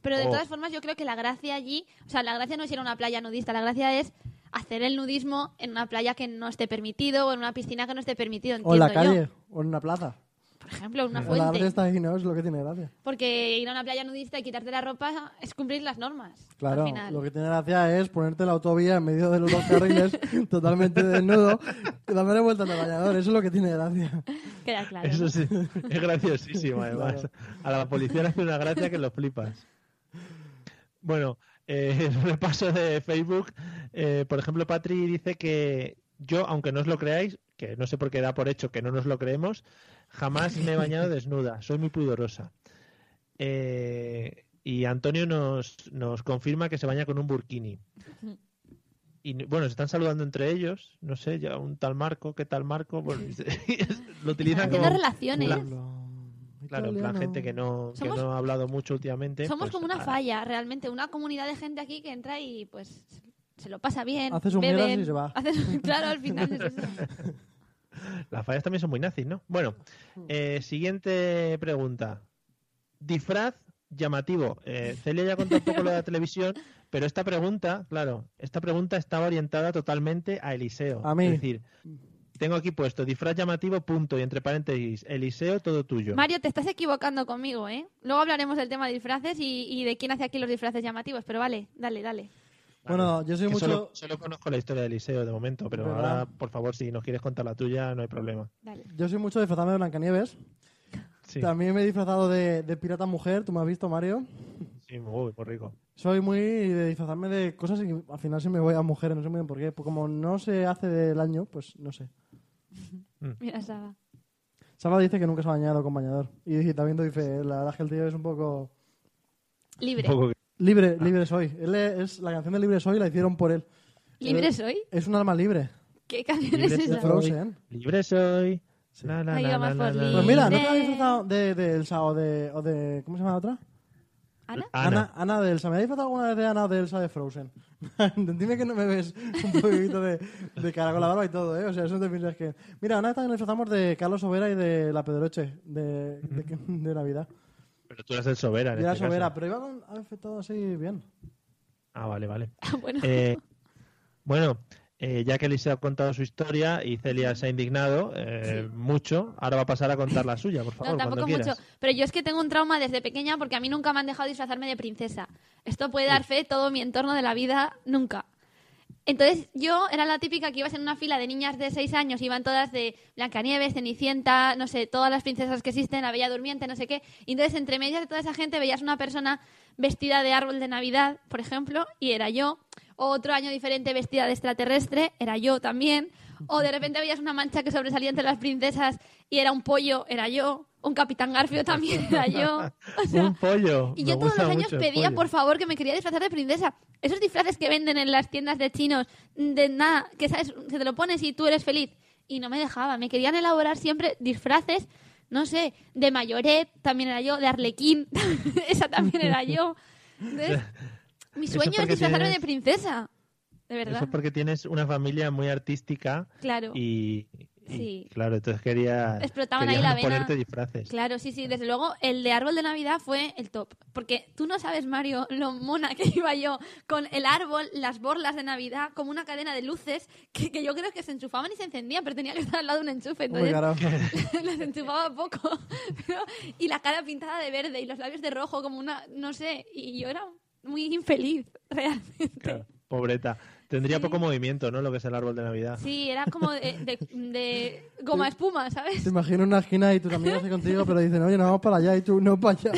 Pero de
Oh.
todas formas, yo creo que la gracia allí, o sea, la gracia no es ir a una playa nudista, la gracia es hacer el nudismo en una playa que no esté permitido o en una piscina que no esté permitido.
O en la
entiendo yo.
calle, o en una plaza.
Por ejemplo, en una
O la
fuente.
abre está ahí, ¿no? Es lo que tiene gracia.
Porque ir a una playa nudista y quitarte la ropa es cumplir las normas.
Claro,
al final.
lo que tiene gracia es ponerte la autovía en medio de los dos carriles totalmente desnudo y darle vueltas al bañador. Eso es lo que tiene gracia.
Queda claro.
Eso
¿no?
sí, es graciosísimo además. A la policía le hace una gracia que lo flipas. Bueno, eh, repaso de Facebook. Eh, por ejemplo, Patri dice que yo, aunque no os lo creáis, que no sé por qué da por hecho que no nos lo creemos, jamás me he bañado desnuda. Soy muy pudorosa. Eh, y Antonio nos, nos confirma que se baña con un burkini. Y n- bueno, se están saludando entre ellos, no sé, ya un tal Marco, qué tal Marco, bueno, lo utilizan
Haciendo
como
relaciones.
La-
Pueblo
Claro, en plan
italiano.
gente que no, que
Somos-
no ha hablado mucho últimamente.
Somos
pues,
como una
ah,
falla, realmente, una comunidad de gente aquí que entra y pues se lo pasa bien.
Haces un
beben,
miras y se va.
haces- claro, al final es eso.
Las fallas también son muy nazis, ¿no? Bueno,
Mm.
eh, siguiente pregunta. Disfraz llamativo. Eh, Celia ya contó un poco lo de la televisión, pero esta pregunta, claro, esta pregunta estaba orientada totalmente a Eliseo.
A mí.
Es decir, tengo aquí puesto disfraz llamativo, punto, y entre paréntesis, Eliseo, todo tuyo.
Mario, te estás equivocando conmigo, ¿eh? Luego hablaremos del tema de disfraces y, y de quién hace aquí los disfraces llamativos, pero vale, dale, dale.
Bueno, yo soy
Que
mucho...
solo, solo conozco la historia de Eliseo de momento, pero
¿Verdad?
ahora, por favor, si nos quieres contar la tuya, no hay problema.
dale.
Yo soy mucho de disfrazarme de Blancanieves.
Sí,
También me he disfrazado de, de pirata mujer. ¿Tú me has visto, Mario?
sí, Sí, muy, muy rico.
Soy muy de disfrazarme de cosas y al final se me voy a mujeres, no sé muy bien por qué. Pues como no se hace del año, pues no sé.
Mira, Saba.
Salva dice que nunca se ha bañado con bañador. Y también te dice, la verdad es que el tío es un poco...
Libre.
Un poco que-
Libre, libre soy. Él es, la canción de Libre soy la hicieron por él.
¿Libre soy?
Es un alma libre.
¿Qué canción es
Libre
De
soy.
esa?
Frozen.
Libre soy. La, la,
Ay,
la,
vamos
la,
por
la, la.
Pues mira, ¿no
Libre.
te habéis disfrazado de, de Elsa o de, o de... ¿Cómo se llama la otra?
¿Ana?
Ana.
Ana de Elsa. ¿Me habéis disfrazado alguna vez de Ana o de Elsa de Frozen? Dime que no me ves un poquito de, de cara con la barba y todo, ¿eh? O sea, eso te piensas que... Mira, una vez también nos disfrazamos de Carlos Sobera y de La Pedroche de, de, de Navidad.
Pero tú eras el Sobera. en
Y era
este
Sobera,
caso.
pero iba con afectado así bien.
Ah, vale, vale.
bueno,
Eh, bueno, eh, ya que Elise ha contado su historia y Celia se ha indignado eh, mucho, ahora va a pasar a contar la suya, por favor.
no, tampoco
cuando
mucho.
quieras.
Pero yo es que tengo un trauma desde pequeña porque a mí nunca me han dejado disfrazarme de princesa. Esto puede dar fe todo mi entorno de la vida, nunca. Entonces yo era la típica que ibas en una fila de niñas de seis años, iban todas de Blancanieves, Cenicienta, no sé, todas las princesas que existen, la Bella Durmiente, no sé qué. Y entonces entre medias de toda esa gente veías una persona vestida de árbol de Navidad, por ejemplo, y era yo. O otro año diferente vestida de extraterrestre, era yo también. O de repente veías una mancha que sobresalía entre las princesas y era un pollo, era yo. Un capitán Garfio también era yo. O sea,
Un pollo.
y
me
yo todos
gusta
los años
mucho el
pedía,
pollo.
por favor, que me quería disfrazar de princesa. Esos disfraces que venden en las tiendas de chinos, de nada, que sabes, que te lo pones y tú eres feliz. Y no me dejaba. Me querían elaborar siempre disfraces, no sé, de mayoret, también era yo, de arlequín, esa también era yo. Entonces, mi
Eso
sueño es
porque
disfrazarme
tienes-
de princesa. De
Eso
verdad.
es porque tienes una familia muy artística
Claro.
y, y,
Sí.
claro, entonces quería,
Explotaban
quería
ahí la
no
vena.
ponerte disfraces.
Claro, sí, sí, desde luego el de árbol de Navidad fue el top. Porque tú no sabes, Mario, lo mona que iba yo con el árbol, las borlas de Navidad, como una cadena de luces que, que yo creo que se enchufaban y se encendían, pero tenía que estar al lado de un enchufe.
Uy,
Entonces
carajo.
las enchufaba poco. pero- y la cara pintada de verde y los labios de rojo, como una, no sé, y yo era muy infeliz, realmente.
Claro, Pobreta. Tendría
Sí.
poco movimiento, ¿no? Lo que es el árbol de Navidad.
Sí, era como de, de- de goma espuma, ¿sabes?
Te imagino en una esquina y tus amigos ahí contigo, pero dicen, oye, nos vamos para allá y tú, no para allá.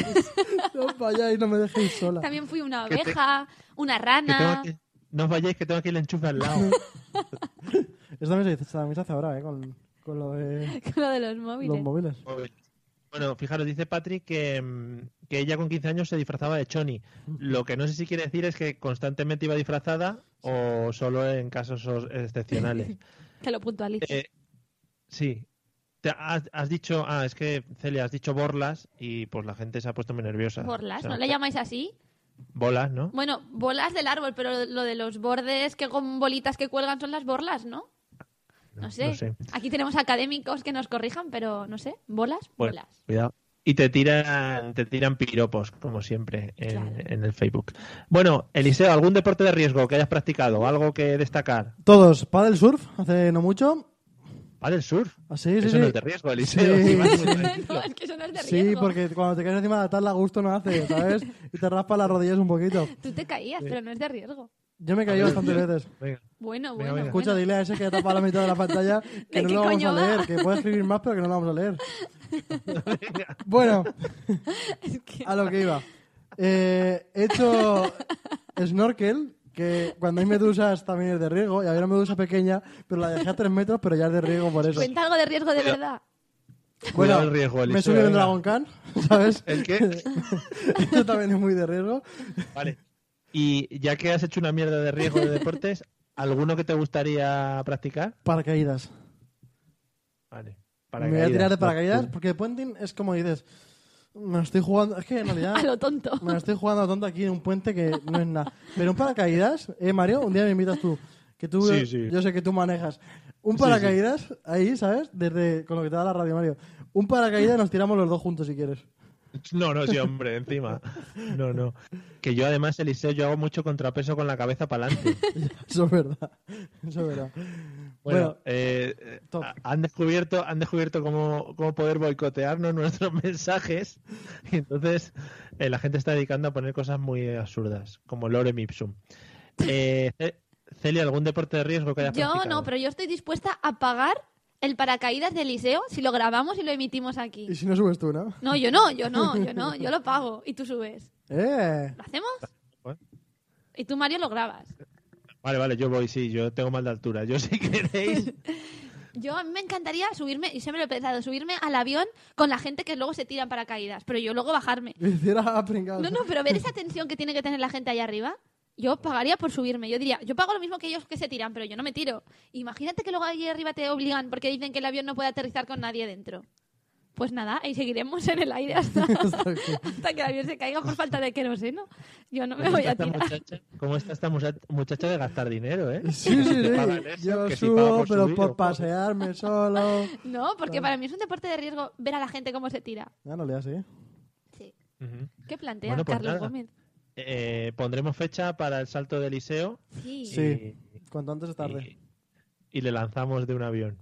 No para allá y no me dejéis sola.
También fui una
Que te-
oveja, una
Que tengo
rana.
aquí- no os vayáis, que tengo aquí el enchufe al lado.
Eso también se dice, también se hace ahora, ¿eh? Con, con lo de
con lo de los móviles.
los móviles.
Bueno, fijaros, dice Patrick que, mm, que ella con 15 años se disfrazaba de Choni. Lo que no sé si quiere decir es que constantemente iba disfrazada o solo en casos os- excepcionales.
Que lo puntualice.
Eh, sí. Te has, has dicho, ah, es que Celia, has dicho borlas y pues la gente se ha puesto muy nerviosa.
Borlas,
O sea,
¿no le llamáis así?
Bolas, ¿no?
Bueno, bolas del árbol, pero lo de los bordes que con bolitas que cuelgan son las borlas, ¿no? No sé.
no sé.
Aquí tenemos académicos que nos corrijan, pero no sé. ¿Bolas?
Bueno,
Bolas.
cuidado. Y te tiran, te tiran piropos, como siempre, en,
Claro.
en el Facebook. Bueno, Eliseo, ¿algún deporte de riesgo que hayas practicado? ¿Algo que destacar?
Todos, para el surf, hace no mucho.
Vale, el surf.
Así, sí,
Eso
sí.
no es de riesgo, Eliseo.
Sí.
Sí, vas muy
No,
tranquilo.
es que eso no es de riesgo.
Sí, porque cuando te caes encima de la tabla, gusto no hace, ¿sabes? Y te raspa las rodillas un poquito.
Tú te caías, pero no es de riesgo.
Yo me caí bastantes veces.
Venga. Venga,
Bueno, bueno.
venga.
bueno.
Escucha, dile a ese que tapa la mitad de la pantalla que
¿De
no
qué
lo vamos a
coño va?
leer, que puede escribir más, pero que no lo vamos a leer. Bueno,
Es que-
a lo que iba. Eh, he hecho snorkel, que cuando hay medusas también es de riego, y había una medusa pequeña, pero la dejé a tres metros, pero ya es de riego por eso.
Cuenta algo de riesgo de verdad.
Cuidado el riesgo,
me
Eliseo,
subí en
venga.
Dragon Khan, ¿sabes?
¿El qué?
Esto también es muy de riesgo.
Vale. Y ya que has hecho una mierda de riesgo de deportes, ¿alguno que te gustaría practicar?
Paracaídas.
Vale.
Me voy a tirar de
Paracaídas.
paracaídas, porque puenting es como dices, me lo estoy jugando, es que en realidad...
A lo tonto.
Me la estoy jugando tonto aquí en un puente que no es nada. Pero un paracaídas, eh, Mario, un día me invitas tú. Que tú,
Sí, sí.
yo sé que tú manejas. Un paracaídas, ahí, ¿sabes? Desde con lo que te da la radio, Mario. Un paracaídas nos tiramos los dos juntos si quieres.
No, no, sí, hombre, encima. No, no. Que yo además, Eliseo, yo hago mucho contrapeso con la cabeza para adelante.
Eso es verdad. Eso es verdad.
Bueno,
Bueno,
eh, eh,
top.
ha- han descubierto, han descubierto cómo, cómo poder boicotearnos nuestros mensajes. Y entonces eh, la gente está dedicando a poner cosas muy absurdas, como Lorem Ipsum. Eh, Ce- Celia, ¿algún deporte de riesgo que hayas
Yo
practicado?
no, pero yo estoy dispuesta a pagar el paracaídas de Eliseo si lo grabamos y lo emitimos aquí.
Y si no subes tú, ¿no?
No, yo no, yo no, yo no, yo lo pago y tú subes.
Eh,
¿Lo hacemos?
Bueno.
Y tú, Mario, lo grabas.
Vale, vale, yo voy, sí, yo tengo mal de altura. Yo si queréis.
Yo a mí me encantaría subirme, y siempre lo he pensado, subirme al avión con la gente que luego se tiran paracaídas, pero yo luego bajarme.
hiciera a pringados.
No, no, pero ver esa tensión que tiene que tener la gente allá arriba, yo pagaría por subirme. Yo diría, yo pago lo mismo que ellos que se tiran, pero yo no me tiro. Imagínate que luego allí arriba te obligan porque dicen que el avión no puede aterrizar con nadie dentro. Pues nada, ahí seguiremos en el aire hasta, hasta que el avión se caiga por falta de queroseno. Yo no me voy a
esta
tirar.
muchacha, ¿Cómo está esta mucha- muchacha de gastar dinero, eh?
Sí, sí,
Que paga el
sí.
eso,
Yo
que si paga
subo,
por
pero
subir,
por
ojo.
pasearme solo.
No, porque para mí es un deporte de riesgo ver a la gente cómo se tira.
Ya no le hace. ¿eh?
Sí.
Ujú.
¿Qué plantea
Bueno, pues
Carlos
nada.
Gómez?
Eh, pondremos fecha para el salto de Eliseo.
Sí.
Sí. Cuanto antes es tarde.
Y, y le lanzamos de un avión.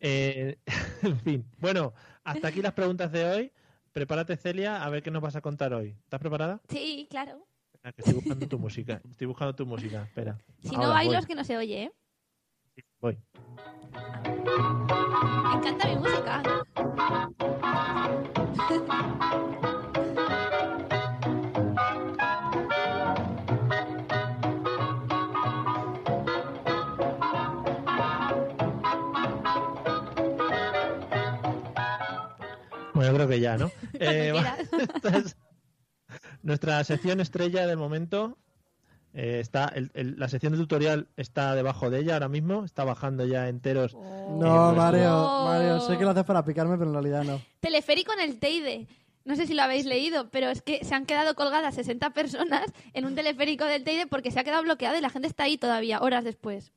Eh, en fin. Bueno, hasta aquí las preguntas de hoy. Prepárate, Celia, a ver qué nos vas a contar hoy. ¿Estás preparada?
Sí, claro.
Ah, que estoy buscando tu música. Estoy buscando tu música. Espera.
Si no,
Ahora
hay
voy,
los que no se oye, ¿eh?
voy.
Me encanta mi música.
Bueno, creo que ya, ¿no? Eh,
Cuando
va- esta es nuestra sección estrella del momento. eh, está el- el- la sección de tutorial está debajo de ella ahora mismo. Está bajando ya enteros.
No,
Eh,
Mario,
no.
Mario, sé que lo haces para picarme, pero en realidad no.
Oh. Teleférico en el Teide. No sé si lo habéis leído, pero es que se han quedado colgadas 60 personas en un teleférico del Teide porque se ha quedado bloqueado y la gente está ahí todavía, horas después.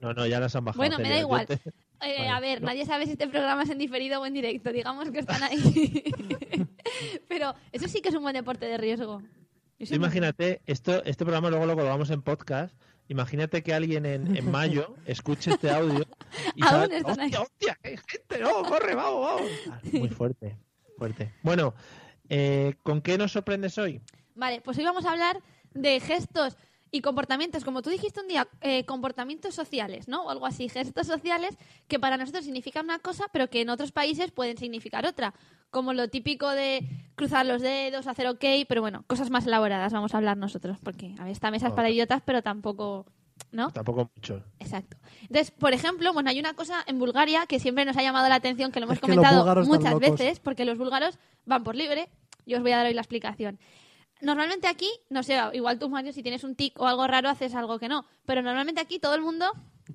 No, no, ya las han bajado.
Bueno, me da
Celia, yo
igual.
te-
Eh,
Vale,
a ver,
no.
nadie sabe si este programa es en diferido o en directo. Digamos que están ahí. pero eso sí que es un buen deporte de riesgo. Yo
Tú
siempre-
imagínate, esto, este programa luego lo colgamos en podcast. Imagínate que alguien en, en mayo escuche este audio y
Aún
salga,
están ahí.
¡Hostia, hostia! ¡Qué gente! ¡No, corre, vamos, vamos! Ah, Muy fuerte, fuerte. Bueno, eh, ¿con qué nos sorprendes hoy?
Vale, pues hoy vamos a hablar de gestos y comportamientos, como tú dijiste un día, eh, comportamientos sociales, ¿no? O algo así, gestos sociales que para nosotros significan una cosa, pero que en otros países pueden significar otra, como lo típico de cruzar los dedos, hacer ok, pero bueno, cosas más elaboradas vamos a hablar nosotros, porque a ver, esta mesa es para idiotas, pero tampoco, ¿no?
Pues Tampoco mucho.
Exacto. Entonces, por ejemplo, bueno, hay una cosa en Bulgaria que siempre nos ha llamado la atención, que lo hemos
Es que los
comentado
búlgaros están
muchas
locos.
veces, porque los búlgaros van por libre. Yo os voy a dar hoy la explicación. Normalmente aquí, no sé, igual tú, Mario, si tienes un tic o algo raro, haces algo que no. Pero normalmente aquí todo el mundo,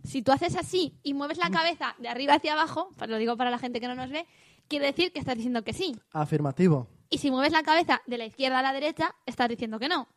si tú haces así y mueves la cabeza de arriba hacia abajo, pues lo digo para la gente que no nos ve, quiere decir que estás diciendo que sí.
Afirmativo.
Y si mueves la cabeza de la izquierda a la derecha, estás diciendo que no.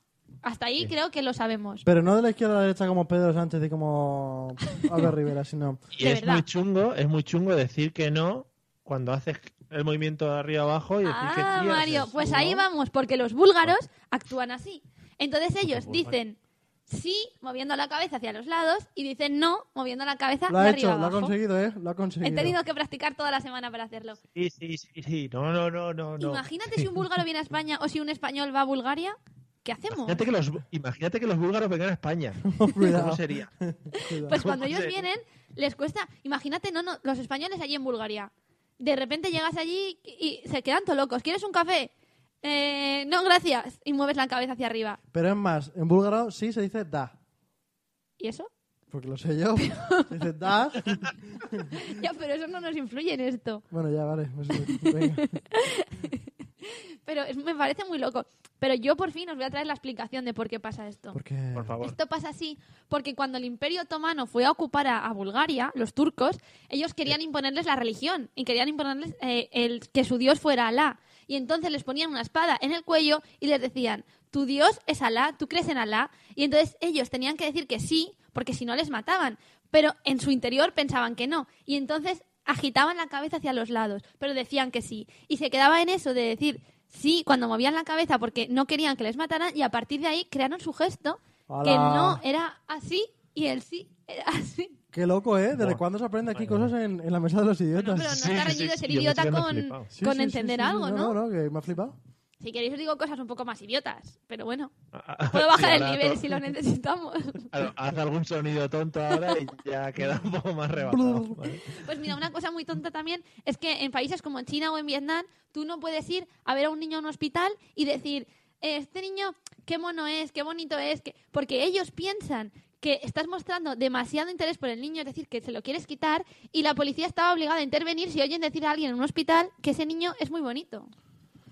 Hasta ahí creo que lo sabemos.
Pero no de la izquierda a la derecha como Pedro Sánchez y como Albert Rivera, sino.
Y
De
es
verdad.
muy chungo, es muy chungo decir que no cuando haces el movimiento de arriba abajo y decir que
Ah,
sí,
Mario,
haces,
pues
¿no?
ahí vamos, porque los búlgaros actúan así. Entonces ellos
búlgaros.
dicen sí moviendo la cabeza hacia los lados y dicen no moviendo la cabeza
Lo
de
ha
arriba
hecho, lo ha
abajo.
conseguido, ¿eh? Lo ha conseguido.
He tenido que practicar toda la semana para hacerlo.
Sí, sí, sí, sí. No, no, no, no. no.
Imagínate si un búlgaro viene a España o si un español va a Bulgaria, ¿qué hacemos?
Imagínate que, los, imagínate que los búlgaros vengan a España.
Cuidado.
¿Cómo sería?
Cuidado.
Pues
¿Cómo
cuando ellos
se-
vienen les cuesta, imagínate, no, no, los españoles allí en Bulgaria. De repente llegas allí y y se quedan todo locos. ¿Quieres un café? Eh, no, gracias. Y mueves la cabeza hacia arriba.
Pero es más, en búlgaro sí se dice da.
¿Y eso?
Porque lo sé yo. Se dice da.
Ya, pero eso no nos influye en esto.
Bueno, ya, vale. pues, venga.
Pero es- me parece muy loco. Pero yo por fin os voy a traer la explicación de por qué pasa esto.
Porque.
Por favor.
Esto pasa así porque cuando el Imperio Otomano fue a ocupar a, a Bulgaria, los turcos, ellos querían imponerles la religión y querían imponerles eh, el, que su dios fuera Alá. Y entonces les ponían una espada en el cuello y les decían, tu dios es Alá, tú crees en Alá. Y entonces ellos tenían que decir que sí, porque si no les mataban. Pero en su interior pensaban que no. Y entonces agitaban la cabeza hacia los lados, pero decían que sí. Y se quedaba en eso de decir sí cuando movían la cabeza porque no querían que les mataran y a partir de ahí crearon su gesto que
Hola.
no era así y el sí era así.
Qué loco, ¿eh? ¿Desde
Buah.
cuando se aprende aquí
Vale,
cosas en, en la mesa de los
Bueno,
idiotas?
pero no
Sí,
está
sí,
reñido
sí,
ser
sí, yo me
idiota
estoy quedando
con,
flipado.
Sí,
con
sí, sí,
entender
sí, sí.
algo,
No,
¿no?
no, que me ha flipado.
Si queréis os digo cosas un poco más idiotas, pero bueno,
Sí,
puedo bajar el
ahora
nivel
to-
si lo necesitamos.
claro, haz algún sonido tonto ahora y ya queda un poco más rebajado. ¿vale?
Pues mira, una cosa muy tonta también es que en países como en China o en Vietnam, tú no puedes ir a ver a un niño en un hospital y decir, este niño, qué mono es, qué bonito es, que... porque ellos piensan que estás mostrando demasiado interés por el niño, es decir, que se lo quieres quitar y la policía estaba obligada a intervenir si oyen decir a alguien en un hospital que ese niño es muy bonito.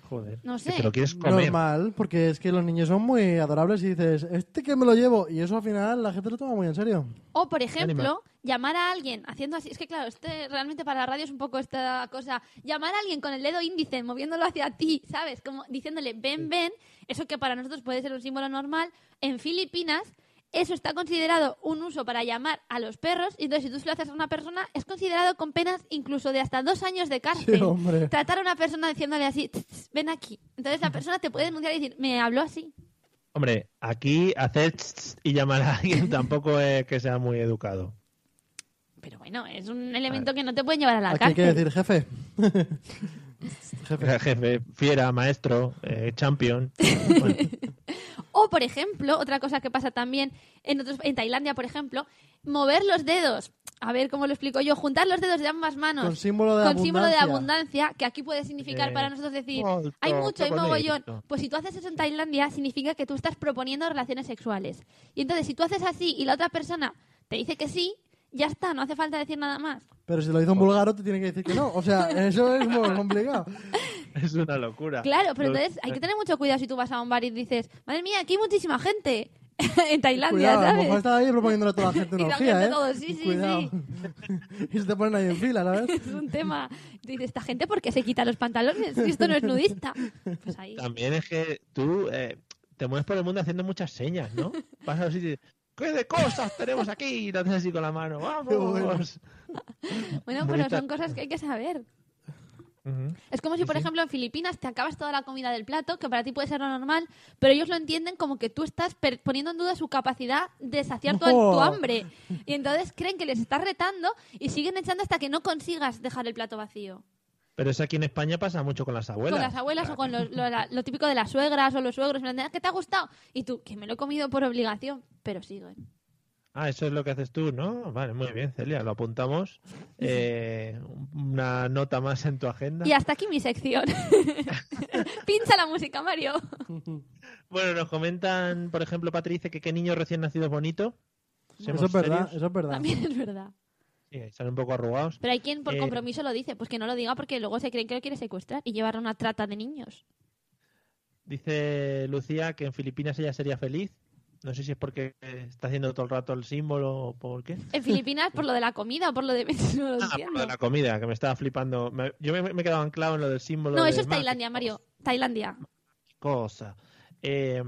Joder.
No
que
sé.
te lo quieres comer.
Normal, porque es que los niños son muy adorables y dices, este que me lo llevo. Y eso al final la gente lo toma muy en serio.
O, por
Animal.
ejemplo, llamar a alguien haciendo así. Es que, claro, este, realmente para la radio es un poco esta cosa. Llamar a alguien con el dedo índice, moviéndolo hacia ti, ¿sabes? Como diciéndole, ven, ven. Eso que para nosotros puede ser un símbolo normal. En Filipinas, eso está considerado un uso para llamar a los perros. Y entonces, si tú se lo haces a una persona, es considerado con penas incluso de hasta dos años de cárcel.
Sí, hombre.
Tratar a una persona diciéndole así, "Tss, tss, ven aquí. Entonces, la persona te puede denunciar y decir, me habló así.
Hombre, aquí hacer tss, tss y llamar a alguien tampoco es que sea muy educado.
Pero bueno, es un elemento que no te pueden llevar a la
Aquí hay que
cárcel.
decir, jefe. jefe.
Jefe, fiera, maestro, eh, champion. Bueno,
O, por ejemplo, otra cosa que pasa también en, otros, en Tailandia, por ejemplo, mover los dedos. A ver cómo lo explico yo. Juntar los dedos de ambas manos.
Con símbolo de
Con símbolo de
abundancia.
abundancia, que aquí puede significar
Eh,
para nosotros decir,
Walter,
hay mucho, hay
qué bonito.
mogollón. Pues si tú haces eso en Tailandia, significa que tú estás proponiendo relaciones sexuales. Y entonces, si tú haces así y la otra persona te dice que sí, ya está, no hace falta decir nada más.
Pero si lo
Pues-
hizo un búlgaro, te tiene que decir que no. O sea, eso es muy complicado.
Es una locura.
Claro, pero
Los-
entonces hay que tener mucho cuidado si tú vas a un bar y dices, madre mía, aquí hay muchísima gente en Tailandia,
Cuidado, a lo
¿sabes?
mejor estaba ahí proponiéndole a toda la gente
Y
una
la
orgía,
gente
¿eh?
todo, sí, sí,
Cuidado. y se te ponen ahí en fila, ¿sabes?
es un tema. Dice, esta gente, ¿por qué se quita los pantalones? Si esto no es nudista. Pues ahí.
También es que tú eh, te mueves por el mundo haciendo muchas señas, ¿no? Vas a los sitios y dices, ¿qué de cosas tenemos aquí? Y lo haces así con la mano,
Qué bueno.
¡vamos!
Bueno, pero
bonita.
son cosas que hay que saber.
Ujú.
Es como si, por ejemplo, en Filipinas te acabas toda la comida del plato, que para ti puede ser lo normal, pero ellos lo entienden como que tú estás per- poniendo en duda su capacidad de saciar tu,
No.
tu hambre. Y entonces creen que les estás retando y siguen echando hasta que no consigas dejar el plato vacío.
Pero eso aquí en España pasa mucho con las abuelas.
Con las abuelas o con lo, lo- la- lo típico de las suegras o los suegros. en plan, ¿Qué te ha gustado? Y tú, que me lo he comido por obligación, pero siguen.
Ah, eso es lo que haces tú, ¿no? Vale, muy bien, Celia, lo apuntamos. Eh, una nota más en tu agenda.
Y hasta aquí mi sección. Pincha la música, Mario.
Bueno, nos comentan, por ejemplo, Patricia, que qué niño recién nacido es bonito.
Eso es verdad, eso es verdad.
También es verdad.
están un poco arrugados.
Pero hay quien por
Eh,
compromiso lo dice, pues que no lo diga porque luego se creen que lo quiere secuestrar y llevar a una trata de niños.
Dice Lucía que en Filipinas ella sería feliz. No sé si es porque está haciendo todo el rato el símbolo o por qué.
En Filipinas por lo de la comida o por lo de... No, lo
Ah, por
entiendo.
lo de la comida, que me estaba flipando. Me- yo me, me he quedado anclado en lo del símbolo.
No,
de
eso es
mar,
Tailandia, Mario. Tailandia.
Cosa. Eh,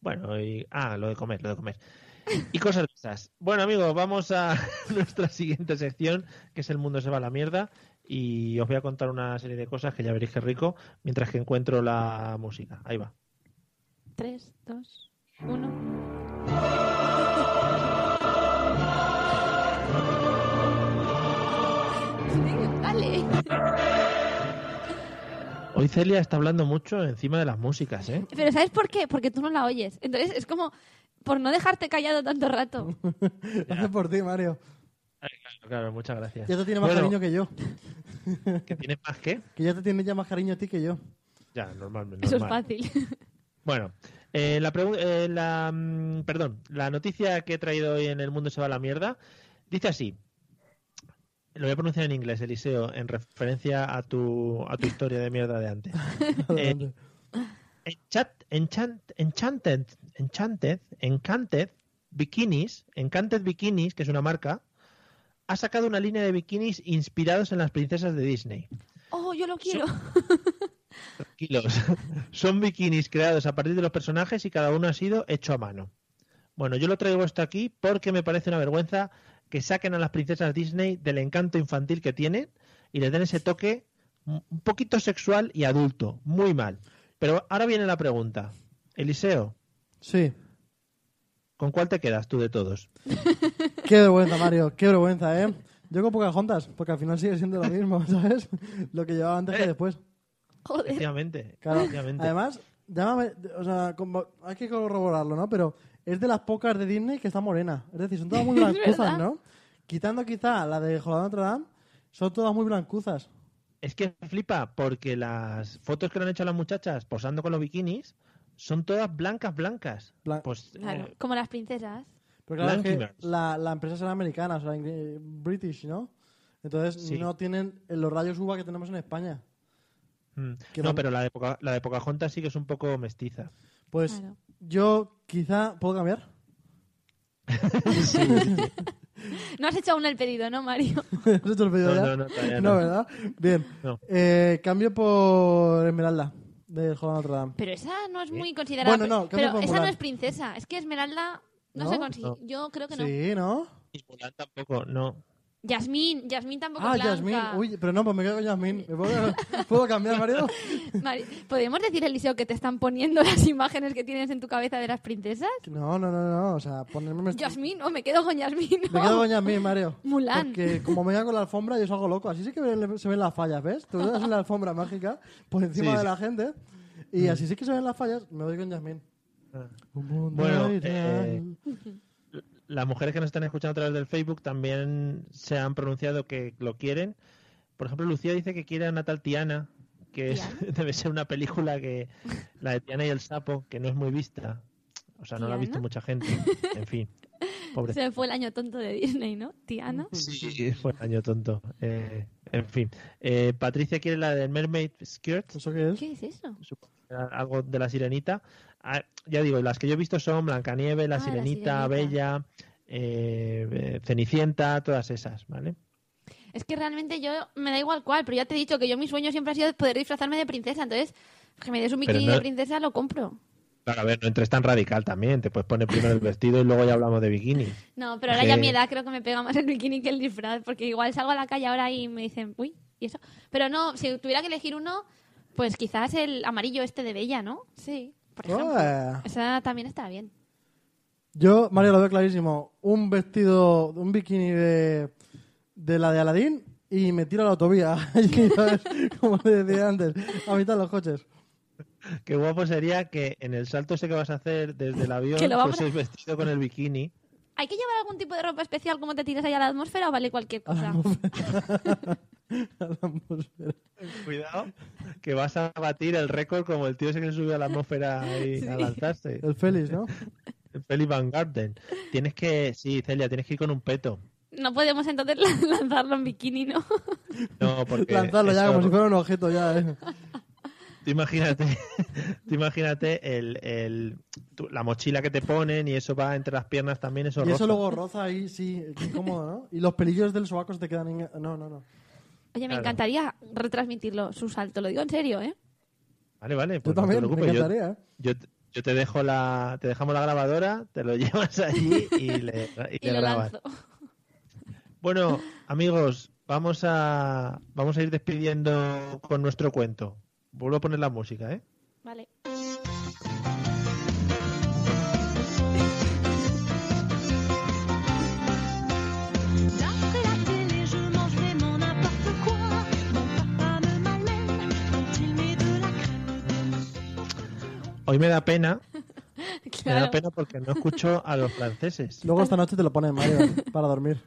bueno, y, ah, lo de comer, lo de comer. Y cosas de esas. Bueno, amigos, vamos a nuestra siguiente sección, que es El mundo se va a la mierda. Y os voy a contar una serie de cosas que ya veréis que rico, mientras que encuentro la música. Ahí va.
Tres, dos, uno. Vale.
Hoy Celia está hablando mucho encima de las músicas, ¿eh?
Pero ¿sabes por qué? Porque tú no la oyes. Entonces es como por no dejarte callado tanto rato.
Lo hace por ti, Mario.
Claro, claro, muchas gracias.
Ya te tiene más
Bueno,
cariño que yo.
que tienes más que.
Que ya te tiene ya más cariño a ti que yo.
Ya, normalmente.
Eso es fácil.
Bueno, eh, la pregun- eh, la, mm, perdón, la noticia que he traído hoy en El Mundo se va a la mierda dice así. Lo voy a pronunciar en inglés, Eliseo, en referencia a tu, a tu historia de mierda de antes. Eh,
Adelante.
Enchant, enchant, enchanted, enchanted, encanted, bikinis, encanted bikinis, que es una marca, ha sacado una línea de bikinis inspirados en las princesas de Disney.
Oh, yo lo quiero.
Tranquilos. Son bikinis creados a partir de los personajes y cada uno ha sido hecho a mano. Bueno, yo lo traigo esto aquí porque me parece una vergüenza que saquen a las princesas Disney del encanto infantil que tienen y les den ese toque un un poquito sexual y adulto. Muy mal. Pero ahora viene la pregunta. Eliseo,
Sí.
¿con cuál te quedas tú de todos?
Qué vergüenza, Mario. Qué vergüenza, ¿eh? Yo con pocas juntas, porque al final sigue siendo lo mismo, ¿sabes? Lo que llevaba antes que después. eh,
Joder.
Efectivamente.
Claro.
efectivamente.
Además, llámame, o sea, como- hay que corroborarlo, ¿no? Pero es de las pocas de Disney que está morena. Es decir, son todas muy blancuzas,
verdad.
¿no? Quitando quizá la de Jolanda Notre Dame, son todas muy blancuzas.
Es que flipa porque las fotos que le han hecho a las muchachas posando con los bikinis son todas blancas, blancas.
Blan-
Pues, eh,
Claro, como las princesas.
Pero claro, es que
Blankimers.
la, la empresa será americana, o sea, ingl- eh, British, ¿no? Entonces
Sí.
no tienen los rayos uva que tenemos en España.
mm.
que
no,
van-
pero la de, Poca- la de Pocahontas sí que es un poco mestiza.
Pues
Claro.
yo quizá puedo cambiar.
No has hecho aún el pedido, ¿no, Mario?
¿Has hecho el
No,
pedido
no,
ya?
no, todavía no.
¿verdad? Bien.
No.
Eh, cambio por Esmeralda, del Juego de Notre Dame.
Pero esa no es muy considerada.
Eh, Bueno, no, cambio
pero
por
esa no
Mulan.
es princesa. Es que Esmeralda no,
¿No?
se consigue.
No.
Yo creo que no.
Sí, ¿no?
Y Mulan tampoco, no.
Yasmín, Yasmín tampoco
Ah,
es
Yasmín.
blanca.
Uy, pero no, pues me quedo con Yasmín. ¿Me puedo, ¿puedo cambiar, Mario?
Mari, ¿Podríamos decir, Eliseo, que te están poniendo las imágenes que tienes en tu cabeza de las princesas?
No, no, no, no. O sea, ponerme... Me
Yasmín, o me quedo con Yasmín. no.
quedo con Yasmín, Mario.
Mulan.
Porque como me hago con la alfombra, yo salgo loco. Así sí que ve- se ven las fallas, ¿ves? Tú das la alfombra mágica por encima
Sí,
de
sí.
la gente. Y así sí que se ven las fallas, me voy con Yasmín.
Ah.
Un mundo
Bueno,
ideal.
eh, Las mujeres que nos están escuchando a través del Facebook también se han pronunciado que lo quieren. Por ejemplo, Lucía dice que quiere a una tal Tiana, que es- debe ser una película que la de Tiana y el sapo, que no es muy vista. O sea, no la ha visto
¿Tiana?
mucha gente. En fin, pobre.
Se fue el año tonto de Disney, ¿no? Tiana.
Sí, fue un año tonto. Eh, en fin, Eh, Patricia quiere la del Mermaid Skirt,
¿Eso qué es?
¿Qué es eso?
supongo que era algo de la sirenita. Ah, ya digo, las que yo he visto son Blancanieves, la,
Ah, La
sirenita,
Sirenita.
Bella, eh, eh, Cenicienta, todas esas, ¿vale?
Es que realmente yo me da igual cuál, pero ya te he dicho que yo mi sueño siempre ha sido poder disfrazarme de princesa, entonces que me des un
Pero
bikini
no-
de princesa lo compro.
Claro, a ver, no entres tan radical también. Te puedes poner primero el vestido y luego ya hablamos de bikini.
No, pero ahora ya a
Eh.
mi edad creo que me pega más el bikini que el disfraz, porque igual salgo a la calle ahora y me dicen, uy, ¿y eso? Pero no, si tuviera que elegir uno, pues quizás el amarillo este de Bella, ¿no? Sí, por ejemplo.
Ah.
Esa también está bien.
Yo, Mario, lo veo clarísimo. Un vestido, un bikini de, de la de Aladín y me tiro a la autovía. Y, ¿sabes? Como te decía antes, a mitad de los coches.
Qué guapo sería que en el salto ese que vas a hacer desde el avión
Que lo vamos a-
fueses vestido con el bikini.
¿Hay que llevar algún tipo de ropa especial como te tiras ahí a la atmósfera o vale cualquier
Ah,
cosa?
A la atmósfera.
Cuidado, que vas a batir el récord como el tío ese que se subió a la atmósfera ahí a lanzarse.
El Félix, ¿no?
Eh, El Feli Van Garden. Tienes que, sí, Celia, tienes que ir con un peto.
No podemos entonces lanzarlo en bikini, ¿no?
No, porque
Lanzarlo ya
eso-
como si fuera un objeto ya. ¿eh?
Tú imagínate, tú imagínate el, el- tú- la mochila que te ponen y eso va entre las piernas también, eso
Y eso
roza.
luego roza ahí, sí, qué incómodo, ¿no? Y los pelillos del sobaco se te quedan... en- No, no, no.
Oye, me
Claro.
encantaría retransmitirlo, su salto, lo digo en serio, ¿eh?
Vale, vale.
Yo
pues no te
también, me
preocupes, yo-
encantaría, ¿eh?
Yo, yo te dejo la, te dejamos la grabadora, te lo llevas allí y le, y
Y
le
lo
grabas.
lanzo.
Bueno, amigos, vamos a, vamos a ir despidiendo con nuestro cuento. Vuelvo a poner la música, ¿eh?
Vale.
D'après la télé, je mangerai mon n'importe quoi. Mon papa me malmène quand il met de la crème.
Hoy me da pena, me da
Claro.
pena porque no escucho a los franceses.
Luego esta noche te lo ponen, Mario, para dormir.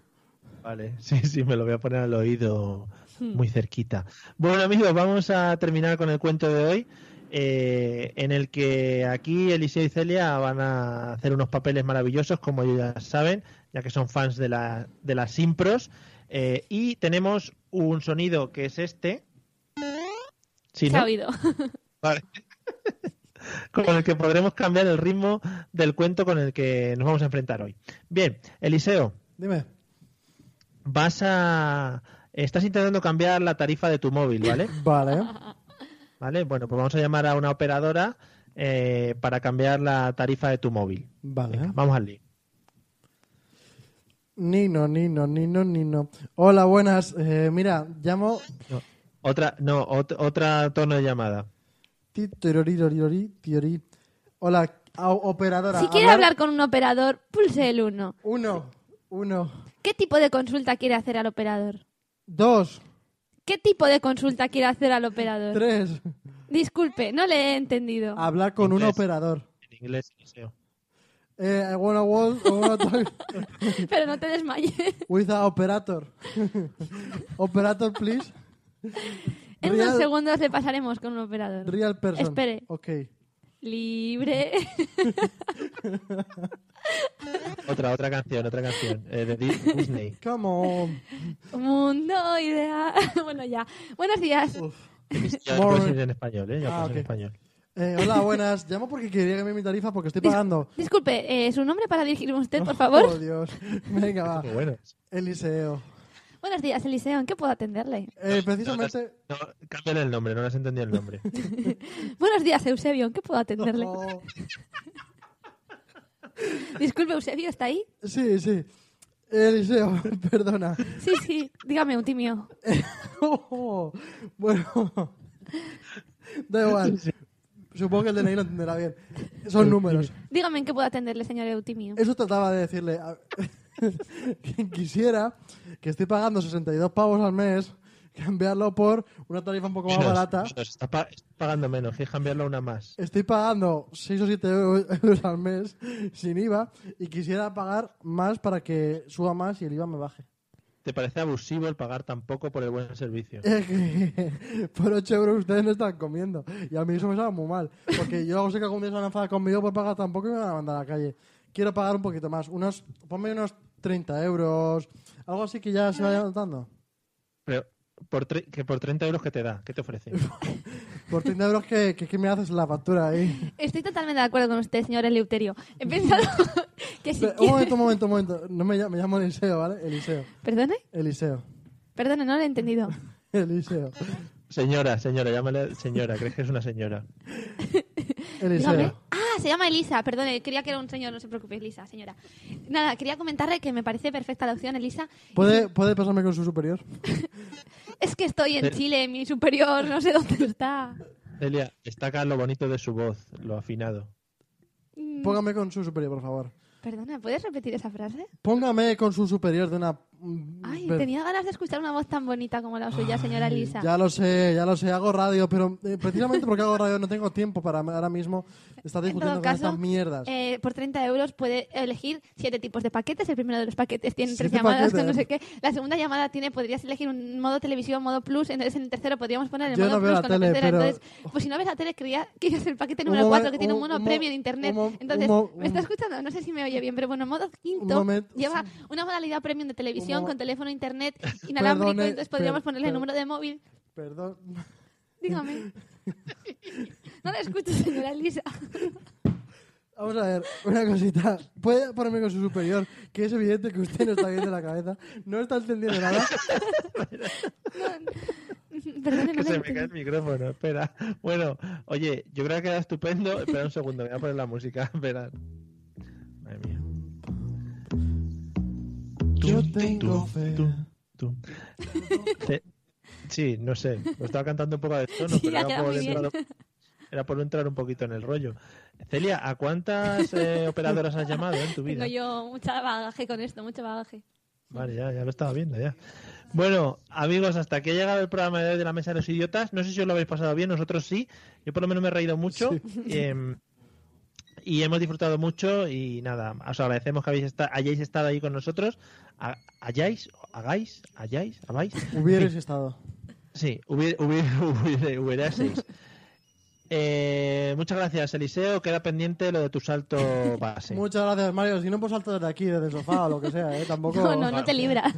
Vale, sí, sí, me lo voy a poner al oído muy cerquita. Bueno, amigos, vamos a terminar con el cuento de hoy, eh, en el que aquí Eliseo y Celia van a hacer unos papeles maravillosos, como ellos ya saben, ya que son fans de, la, de las impros. Eh, y tenemos un sonido que es este. Sí,
Se ha
¿no?
oído.
Vale. con el que podremos cambiar el ritmo del cuento con el que nos vamos a enfrentar hoy. Bien, Eliseo
Dime.
vas a estás intentando cambiar la tarifa de tu móvil, ¿vale?
Vale.
¿Vale? Bueno, pues vamos a llamar a una operadora eh, para cambiar la tarifa de tu móvil.
Vale.
Venga, vamos al lío.
Nino, Nino, Nino, Nino. Hola, buenas. Eh, mira, llamo...
No, Otra, no, ot- otra tono de llamada.
ti, tirori, tirori, tirori. Hola, a- operadora.
Si quiere hablar con un operador, pulse el 1.
Uno, uno,
¿Qué tipo de consulta quiere hacer al operador?
dos,
¿Qué tipo de consulta quiere hacer al operador?
tres.
Disculpe, no le he entendido.
Hablar con un
Inglés.
operador.
En inglés, Eliseo.
Eh, I wanna walk, I wanna talk
Pero no te desmayes.
with a operator. operator, please.
En
Real-
unos segundos le pasaremos con un operador.
Real person.
Espere.
Ok.
Libre.
Otra, otra canción, otra canción. eh, de Di- Disney.
Come on.
Mundo ideal. bueno, ya. Buenos días.
Uf.
Ya
More.
puedes ir en español, ¿eh? Ya
Ah,
puedes ir
ok.
en español.
Eh, hola, buenas. Llamo porque quería que me mi tarifa porque estoy
Dis-
pagando.
Disculpe, eh, ¿su nombre para dirigirme a usted, por
Oh,
favor?
Dios. Venga, va.
Muy buenos.
Eliseo.
Buenos días, Eliseo. ¿En qué puedo atenderle?
Eh, precisamente...
No, cámbiale el nombre, no le has entendido el nombre.
Buenos días, Eusebio. ¿En qué puedo atenderle?
Oh.
Disculpe, Eusebio, ¿está ahí?
Sí, sí. Eliseo, perdona.
Sí, sí. Dígame, Eutimio.
Oh, bueno, da igual. Supongo que el DNI lo entenderá bien. Son números.
Dígame en qué puedo atenderle, señor Eutimio.
Eso trataba de decirle. a- Quien quisiera, que estoy pagando 62 pavos al mes, cambiarlo por una tarifa un poco más
Menos,
barata.
menos, está, pa- está pagando menos, que cambiarlo a una más.
Estoy pagando 6 o 7 euros al mes sin IVA y quisiera pagar más para que suba más y el IVA me baje.
¿Te parece abusivo el pagar tan poco por el buen servicio?
Es que por 8 euros ustedes no están comiendo. Y a mí eso me sabe muy mal. Porque yo sé que algún día se van a enfadar conmigo por pagar tampoco y me van a mandar a la calle. Quiero pagar un poquito más. unos Ponme unos 30 euros. Algo así que ya se vaya notando.
Pero por tre- que por 30 euros que te da, ¿qué te ofrece?
Por 30 euros que, que, que me haces la factura ahí.
Estoy totalmente de acuerdo con usted, señor Eleuterio. He pensado que si
Pero, un momento,
quiere...
un momento, un momento. No me llamo, me llamo Eliseo, ¿vale? Eliseo.
¿Perdone?
Eliseo.
Perdone, no lo he entendido.
Eliseo.
señora, señora, llámale señora, crees que es una señora.
Dígame.
Eliseo.
Ah, se llama Elisa, perdone, creía que era un señor, no se preocupe, Elisa, señora. Nada, quería comentarle que me parece perfecta la opción, Elisa.
¿Puede, ¿Puede pasarme con su superior?
Es que estoy en
Eh.
Pero-
Chile, mi superior, no sé dónde está.
Celia, destaca lo bonito de su voz, lo afinado.
Mm,
Póngame con su superior, por favor.
Perdona, ¿puedes repetir esa frase?
Póngame con su superior de una... mm,
Ay,
ver-
tenía ganas de escuchar una voz tan bonita como la suya, señora
Ay,
Elisa.
Ya lo sé, ya lo sé, hago radio, pero eh, precisamente porque hago radio no tengo tiempo para ahora mismo estar
En
discutiendo
todo
con
caso,
estas mierdas.
eh, por 30 euros puede elegir siete tipos de paquetes. El primero de los paquetes tiene tres
Siete
llamadas con no
paquetes.
sé qué. La segunda llamada tiene, podrías elegir un modo televisivo, modo plus. Entonces en el tercero podríamos poner el
Yo
modo
no veo
plus
la
con
tele,
la tercera.
pero-
Entonces, pues si no ves la tele, creía que es el paquete
Un
número
momen-
4 que tiene un
un-
mono
un mo-
premio de internet.
un mo-
Entonces,
un mo-
¿me está
un-
escuchando? No sé si me oye bien, pero bueno, modo quinto
momento,
lleva
sí.
una modalidad premium de televisión
momen-
con teléfono, internet, inalámbrico.
Perdone,
entonces podríamos
per-
ponerle
per-
el número de móvil.
Perdón.
Dígame. no la escucho, señora Elisa.
Vamos a ver, una cosita. Puede ponerme con su superior, que es evidente que usted no está bien de la cabeza, no está entendiendo nada.
Perdone, no
Que
la
se me
entendí.
cae el micrófono, espera. Bueno, oye, yo creo que queda estupendo. Espera un segundo, voy a poner la música, espera. Madre mía.
Yo tengo fe.
tú. Ce- Sí, no sé. Lo estaba cantando un poco de tono,
Sí,
pero
ha quedado
era por,
muy bien.
entrar, era por entrar un poquito en el rollo. Celia, ¿a cuántas eh, operadoras has llamado en tu vida?
Tengo yo mucho bagaje con esto, mucho bagaje.
Vale, ya, ya lo estaba viendo, ya. Bueno, amigos, hasta aquí ha llegado el programa de hoy de la Mesa de los Idiotas. No sé si os lo habéis pasado bien, nosotros sí. Yo por lo menos me he reído mucho. em, y hemos disfrutado mucho y nada, os agradecemos que habéis esta- hayáis estado ahí con nosotros. Ha- hayáis, hagáis, hayáis, habáis.
Hubierais estado.
Sí, hubiera, hubiera, hubiera- hubierais. Eh, muchas gracias, Eliseo. Queda pendiente lo de tu salto base.
Muchas gracias, Mario. Si no, pues salta desde aquí, desde el sofá o lo que sea, ¿eh? Tampoco...
No, no, no te libras.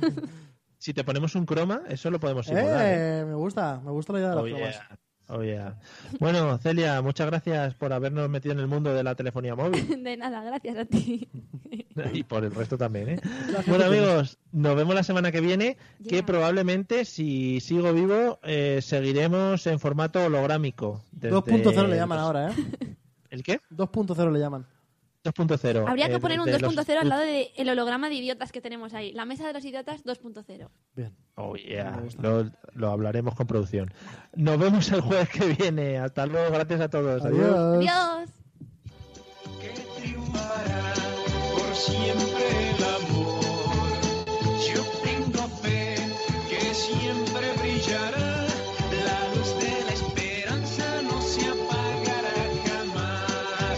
Si te ponemos un croma, eso lo podemos simular. ¿eh?
Eh, me gusta, me gusta la idea de las
Oh,
bromas.
yeah. Oh, yeah. Bueno, Celia, muchas gracias por habernos metido en el mundo de la telefonía móvil
De nada, gracias a ti.
y por el resto también. ¿eh? Bueno, amigos, nos vemos la semana que viene, que
Yeah.
probablemente, si sigo vivo, eh, seguiremos en formato holográmico. desde-
2.0 le llaman ahora, ¿eh?
¿El qué?
2.0 le llaman.
2.0.
Habría
eh,
que poner un
desde los-
2.0 al lado del holograma de idiotas que tenemos ahí. La mesa de los idiotas 2.0.
Bien.
Oh, yeah.
Me gusta.
lo, lo hablaremos con producción. Nos vemos el jueves que viene. Hasta luego, gracias a todos. Pues Adiós.
Adiós.
que triunfará por siempre el amor. Yo tengo fe que siempre brillará, la luz de la esperanza no se apagará jamás.